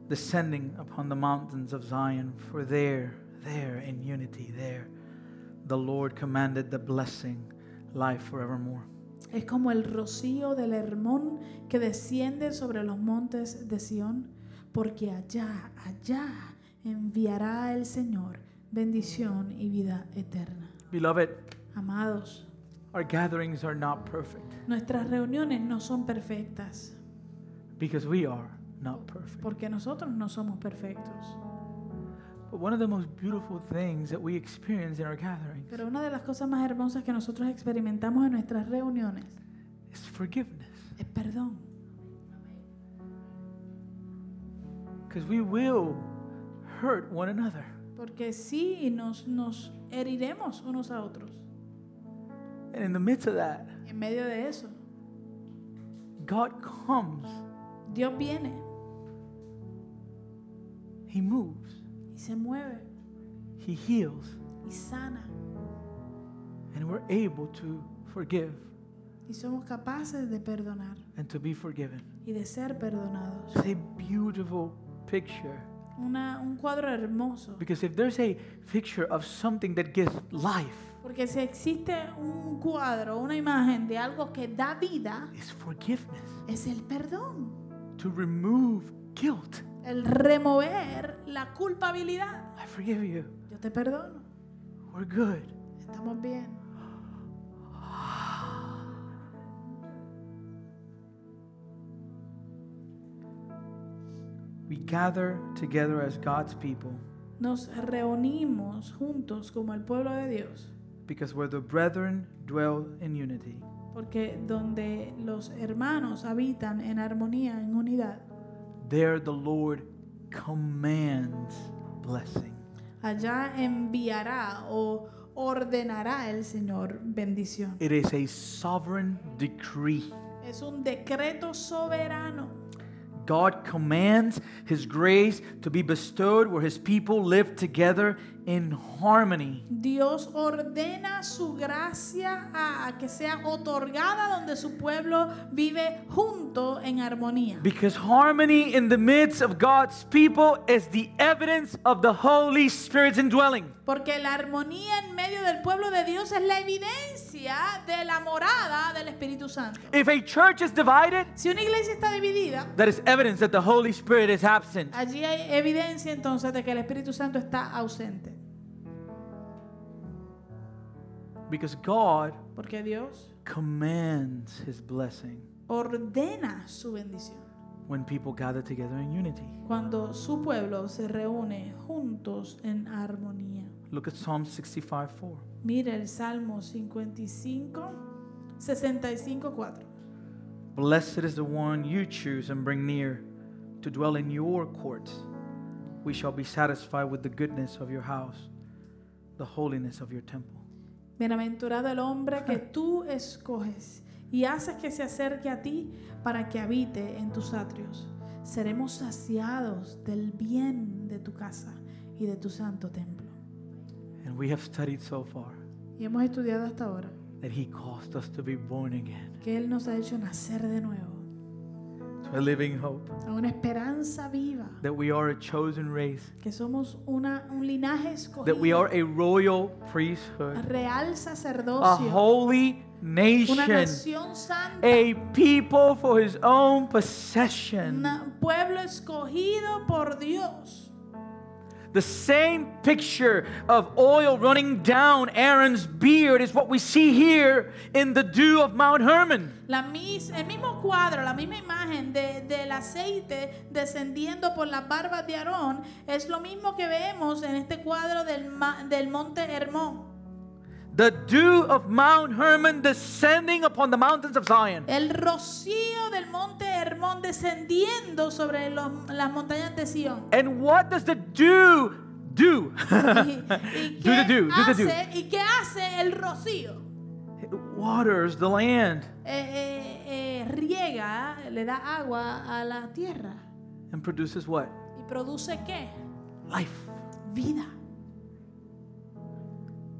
descending upon the mountains of Zion, for there, there in unity, there, the Lord commanded the blessing, life forevermore.
Es como el rocío del Hermón que desciende sobre los montes de Sión, porque allá, allá enviará el Señor bendición y vida eterna.
Beloved,
Amados,
our gatherings are not perfect
nuestras reuniones no son perfectas,
because we are not perfect.
porque nosotros no somos perfectos.
But one of the most beautiful things that we experience in our gatherings
Pero una de las cosas más hermosas que nosotros experimentamos en nuestras reuniones
is forgiveness.
es perdón,
Because we will hurt one another.
porque sí nos, nos heriremos unos a otros.
And in the midst of that,
En medio de eso,
God comes,
Dios viene
He moves,
y se mueve
He heals,
y sana
and we're able to forgive
y somos capaces de perdonar
and to be forgiven.
y de ser perdonados.
It's a beautiful picture.
Una- un cuadro hermoso.
Because if there's a picture of something that gives life,
Porque si existe un cuadro, una imagen de algo que da vida,
it's forgiveness.
es el perdón.
To remove guilt.
El remover la culpabilidad.
I forgive you.
Yo te perdono.
We're good.
Estamos bien.
We gather together as God's people
Nos reunimos juntos como el pueblo de Dios.
because where the brethren dwell in unity,
Porque donde los hermanos habitan en armonía, en unidad,
there the Lord commands blessing.
allá enviará o ordenará el Señor bendición.
It is a sovereign decree.
Es un decreto soberano.
God commands His grace to be bestowed where His people live together in harmony.
Dios ordena su gracia a, a que sea otorgada donde su pueblo vive junto en armonía.
Because harmony in the midst of God's people is the evidence of the Holy Spirit's indwelling.
Porque la armonía en medio del pueblo de Dios es la evidencia de la morada del Espíritu Santo.
If a church is divided,
Si una iglesia está dividida,
that is evidence that the Holy Spirit is absent.
allí hay evidencia entonces de que el Espíritu Santo está ausente.
Because God
Porque Dios
commands His blessing
ordena su bendición.
when people gather together in unity.
Cuando su pueblo se reúne juntos en armonía.
Look at Psalm 65 4.
Mira el Salmo 55, 65, 4.
Blessed is the one you choose and bring near to dwell in your courts. We shall be satisfied with the goodness of your house, the holiness of your temple.
Bienaventurado el hombre que tú escoges y haces que se acerque a ti para que habite en tus atrios. Seremos saciados del bien de tu casa y de tu santo templo.
And we have studied so far
Y hemos estudiado hasta ahora
that He caused us to be born again
que Él nos ha hecho nacer de nuevo
to a living hope,
a una esperanza viva,
that we are a chosen race,
que somos una, un linaje
that we are
escogido,
a royal priesthood,
real
a
sacerdocio,
holy
una
nation,
nación santa.
a people for His own possession.
Un pueblo escogido por Dios.
The same picture of oil running down Aaron's beard is what we see here in the dew of Mount Hermon.
La mis- el mismo cuadro, la misma imagen de- del aceite descendiendo por las barbas de Aarón es lo mismo que vemos en este cuadro del, ma- del monte Hermón.
The dew of Mount Hermon descending upon the mountains of Zion.
El rocío del monte Hermón descendiendo sobre los- las montañas de Sion.
And what does the dew do?
¿Y, y
Do the do, do the do.
hace, ¿Y qué hace el rocío?
it waters the land
Eh, eh, eh, riega, le da agua a la tierra.
and produces what?
¿Y produce qué?
Life.
Vida.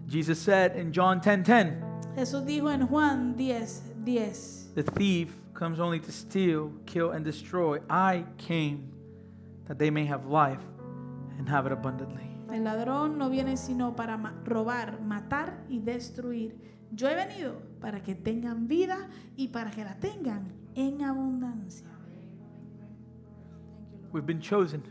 Jesus said in John 10:10,
Jesús dijo en Juan 10, 10,
the thief comes only to steal, kill and destroy. I came that they may have life and have it abundantly.
el ladrón no viene sino para ma- robar, matar y destruir. Yo he venido para que tengan vida y para que la tengan en abundancia.
We've been chosen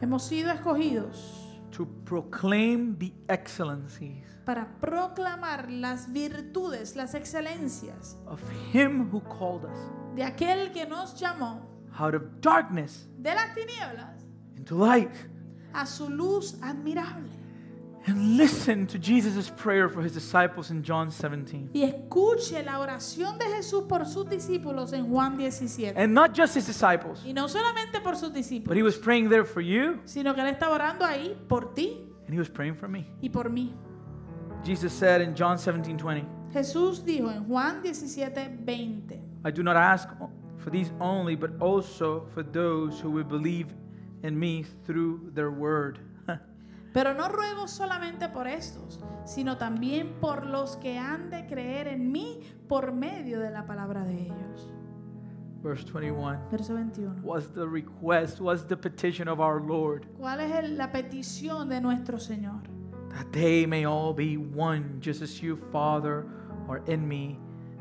Hemos sido escogidos
to proclaim the excellencies
para proclamar las virtudes, las excelencias
of him who called us
de aquel que nos llamó
out of darkness
de las tinieblas
into light.
a su luz admirable.
And listen to Jesus' prayer for his disciples in John 17.
Y escuche la oración de Jesús por sus discípulos en Juan 17.
And not just his disciples,
Y no solamente por sus discípulos,
but he was praying there for you
sino que Él estaba orando ahí por ti
and he was praying for me.
y por mí.
Jesus said in John 17 20,
Jesús dijo en Juan 17, 20,
I do not ask for these only, but also for those who will believe in me through their word.
pero no ruego solamente por estos, sino también por los que han de creer en mí por medio de la palabra de ellos.
Verse 21
Verso 21.
was the request, was the petition of our Lord
¿Cuál es el- la petición de nuestro Señor?
that they may all be one, just as you, Father, are in me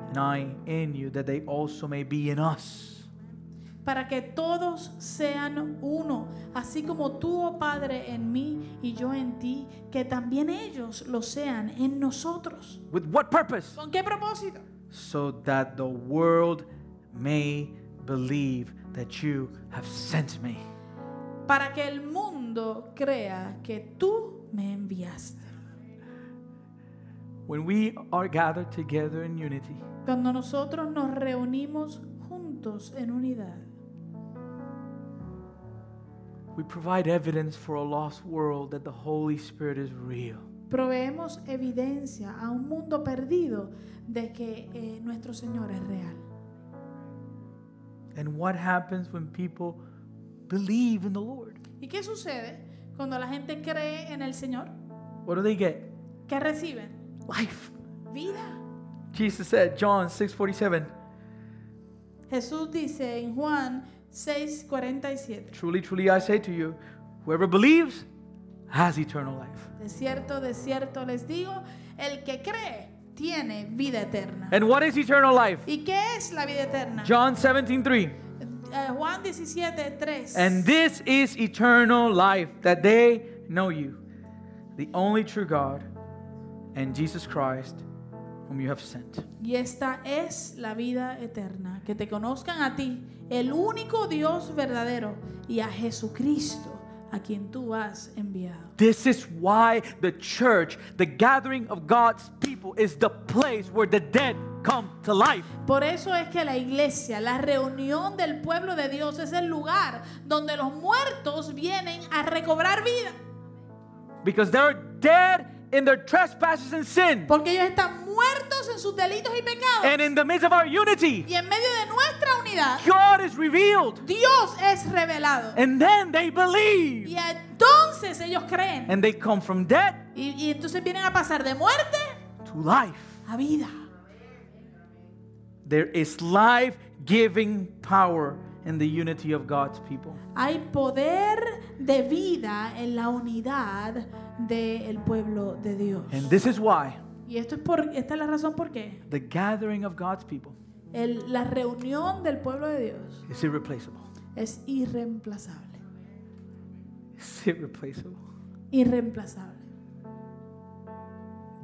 and I in you, that they also may be in us.
Para que todos sean uno, así como tú, oh Padre, en mí y yo en ti, que también ellos lo sean en nosotros.
With what purpose?
¿Con qué propósito?
So that the world may believe that you have sent me.
Para que el mundo crea que tú me enviaste.
When we are gathered together in unity,
Cuando nosotros nos reunimos juntos en unidad,
we provide evidence for a lost world that the Holy Spirit is real.
proveemos evidencia a un mundo perdido de que eh, nuestro Señor es real.
And what happens when people believe in the Lord?
¿Y qué sucede cuando la gente cree en el Señor?
What do they get?
¿Qué reciben?
Life.
Vida.
Jesus said, John 6:47,
Jesús dice en Juan 6:47,
truly, truly I say to you, whoever believes has eternal life.
de cierto, de cierto les digo, el que cree tiene vida eterna.
And what is eternal life?
¿Y qué es la vida eterna?
John 17:3.
Eh, Juan 17:3.
And this is eternal life, that they know you, the only true God, and Jesus Christ, whom you have sent.
Y esta es la vida eterna, que te conozcan a ti, el único Dios verdadero, y a Jesucristo, a quien tú has enviado.
This is why the church, the gathering of God's people, is the place where the dead come to life.
Por eso es que la iglesia, la reunión del pueblo de Dios, es el lugar donde los muertos vienen a recobrar vida.
Because they're dead in their trespasses and sin.
Porque ellos están muertos en sus delitos y pecados.
And in the midst of our unity,
y en medio de nuestra unidad,
God is revealed.
Dios es revelado.
And then they believe.
Y entonces ellos creen.
And they come from dead
Y, y entonces vienen a pasar de muerte
to life.
a vida.
There is life giving power in the unity of God's people.
Hay poder de vida en la unidad del pueblo de Dios.
And this is why
Y esto es por, esta es la razón por qué
the gathering of God's people
el- la reunión del pueblo de Dios
is irreplaceable.
es irreemplazable.
It's irreplaceable.
irreemplazable.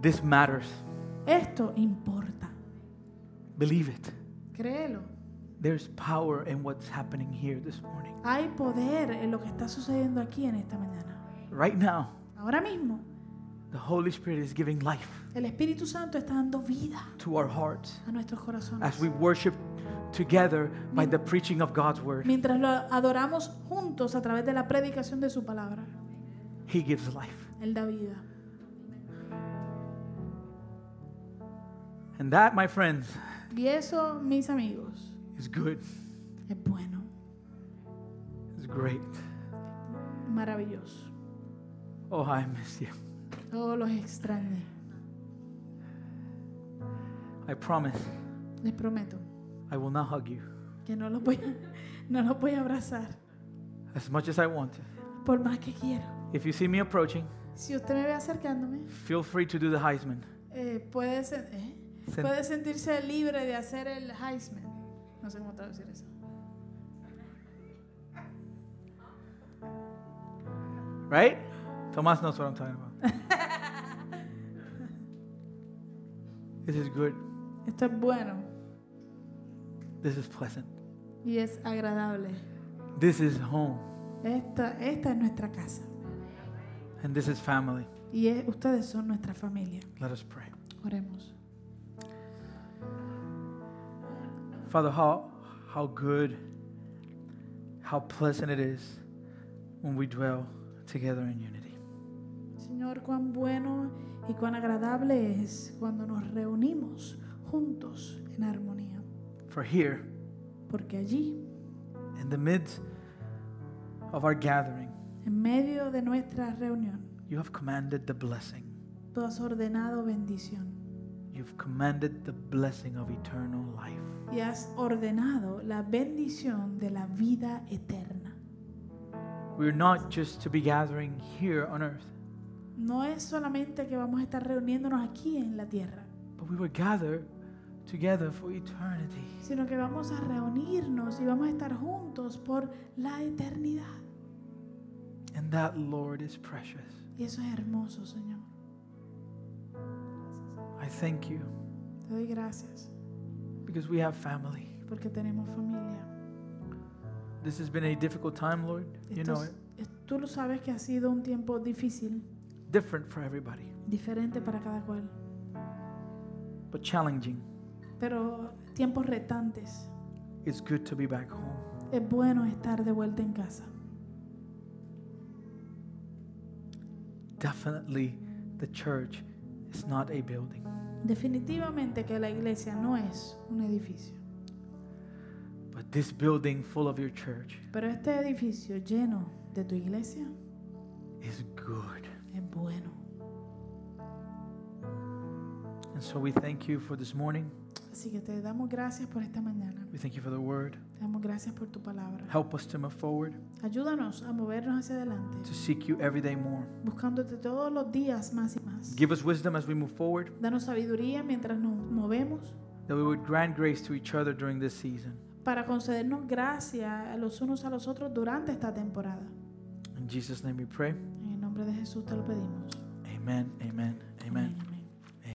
This matters.
Esto importa.
Believe it.
Créelo.
There's power in what's happening here this morning.
Hay poder en lo que está sucediendo aquí en esta mañana.
Right now,
Ahora mismo,
the Holy Spirit is giving life
el Espíritu Santo está dando vida
to our hearts
a nuestros
as
corazones.
we worship together by the preaching of God's word.
Mientras lo adoramos juntos a través de la predicación de su palabra,
He gives life.
Él da vida.
And that, my friends,
Y eso, mis amigos,
is good.
es bueno,
It's great.
maravilloso.
Oh, I miss you.
Todos los extrañé.
I promise
Les prometo
I will not hug you
que no los voy a, no los voy a abrazar,
as much as I want to.
por más que quiero.
If you see me approaching,
Si usted me ve acercándome,
feel free to do the Heisman.
eh, puede, sen- ¿eh?
Sen-
puede sentirse libre de hacer el Heisman. No sé cómo traducir eso.
Right? Tomas knows what I'm talking about. this is good.
Esto es bueno
This is pleasant.
y es agradable.
This is home.
Esta, esta es nuestra casa
And this is family.
y es- ustedes son nuestra familia.
Let us pray.
Oremos.
Father, how, how good, how pleasant it is when we dwell together in unity.
Señor, cuán bueno y cuán agradable es cuando nos reunimos juntos en armonía,
For here,
porque allí,
in the midst of our gathering,
en medio de nuestra reunión,
you have commanded the blessing.
tú has ordenado bendición
You've commanded the blessing of eternal life.
y has ordenado la bendición de la vida eterna.
We're not just to be gathering here on earth,
No es solamente que vamos a estar reuniéndonos aquí en la tierra,
but we were gathered together for eternity.
sino que vamos a reunirnos y vamos a estar juntos por la eternidad.
And that, Lord, is precious.
Y eso es hermoso, Señor.
I thank you
Te doy gracias
because we have family.
porque tenemos familia.
This has been a difficult time, Lord. You
Esto
know
es-
it.
es- tú lo sabes que ha sido un tiempo difícil,
Different for everybody,
diferente para cada cual,
but challenging.
pero tiempos retantes.
It's good to be back home.
Es bueno estar de vuelta en casa.
Definitely, the church is not a building,
Definitivamente que la iglesia no es un edificio,
but this building full of your church
pero este edificio lleno de tu iglesia
is good.
es bueno.
And so we thank you for this morning.
Así que te damos gracias por esta mañana.
We thank you for the word.
Te damos gracias por tu palabra.
Help us to move forward,
Ayúdanos a movernos hacia adelante,
to seek you every day more.
buscándote todos los días más y más.
Give us wisdom as we move forward,
Danos sabiduría mientras nos movemos
that we would grant grace to each other during this season.
para concedernos gracia a los unos a los otros durante esta temporada.
In Jesus' name we pray.
En el nombre de Jesús te lo pedimos.
Amen, amen, amen.
Amén.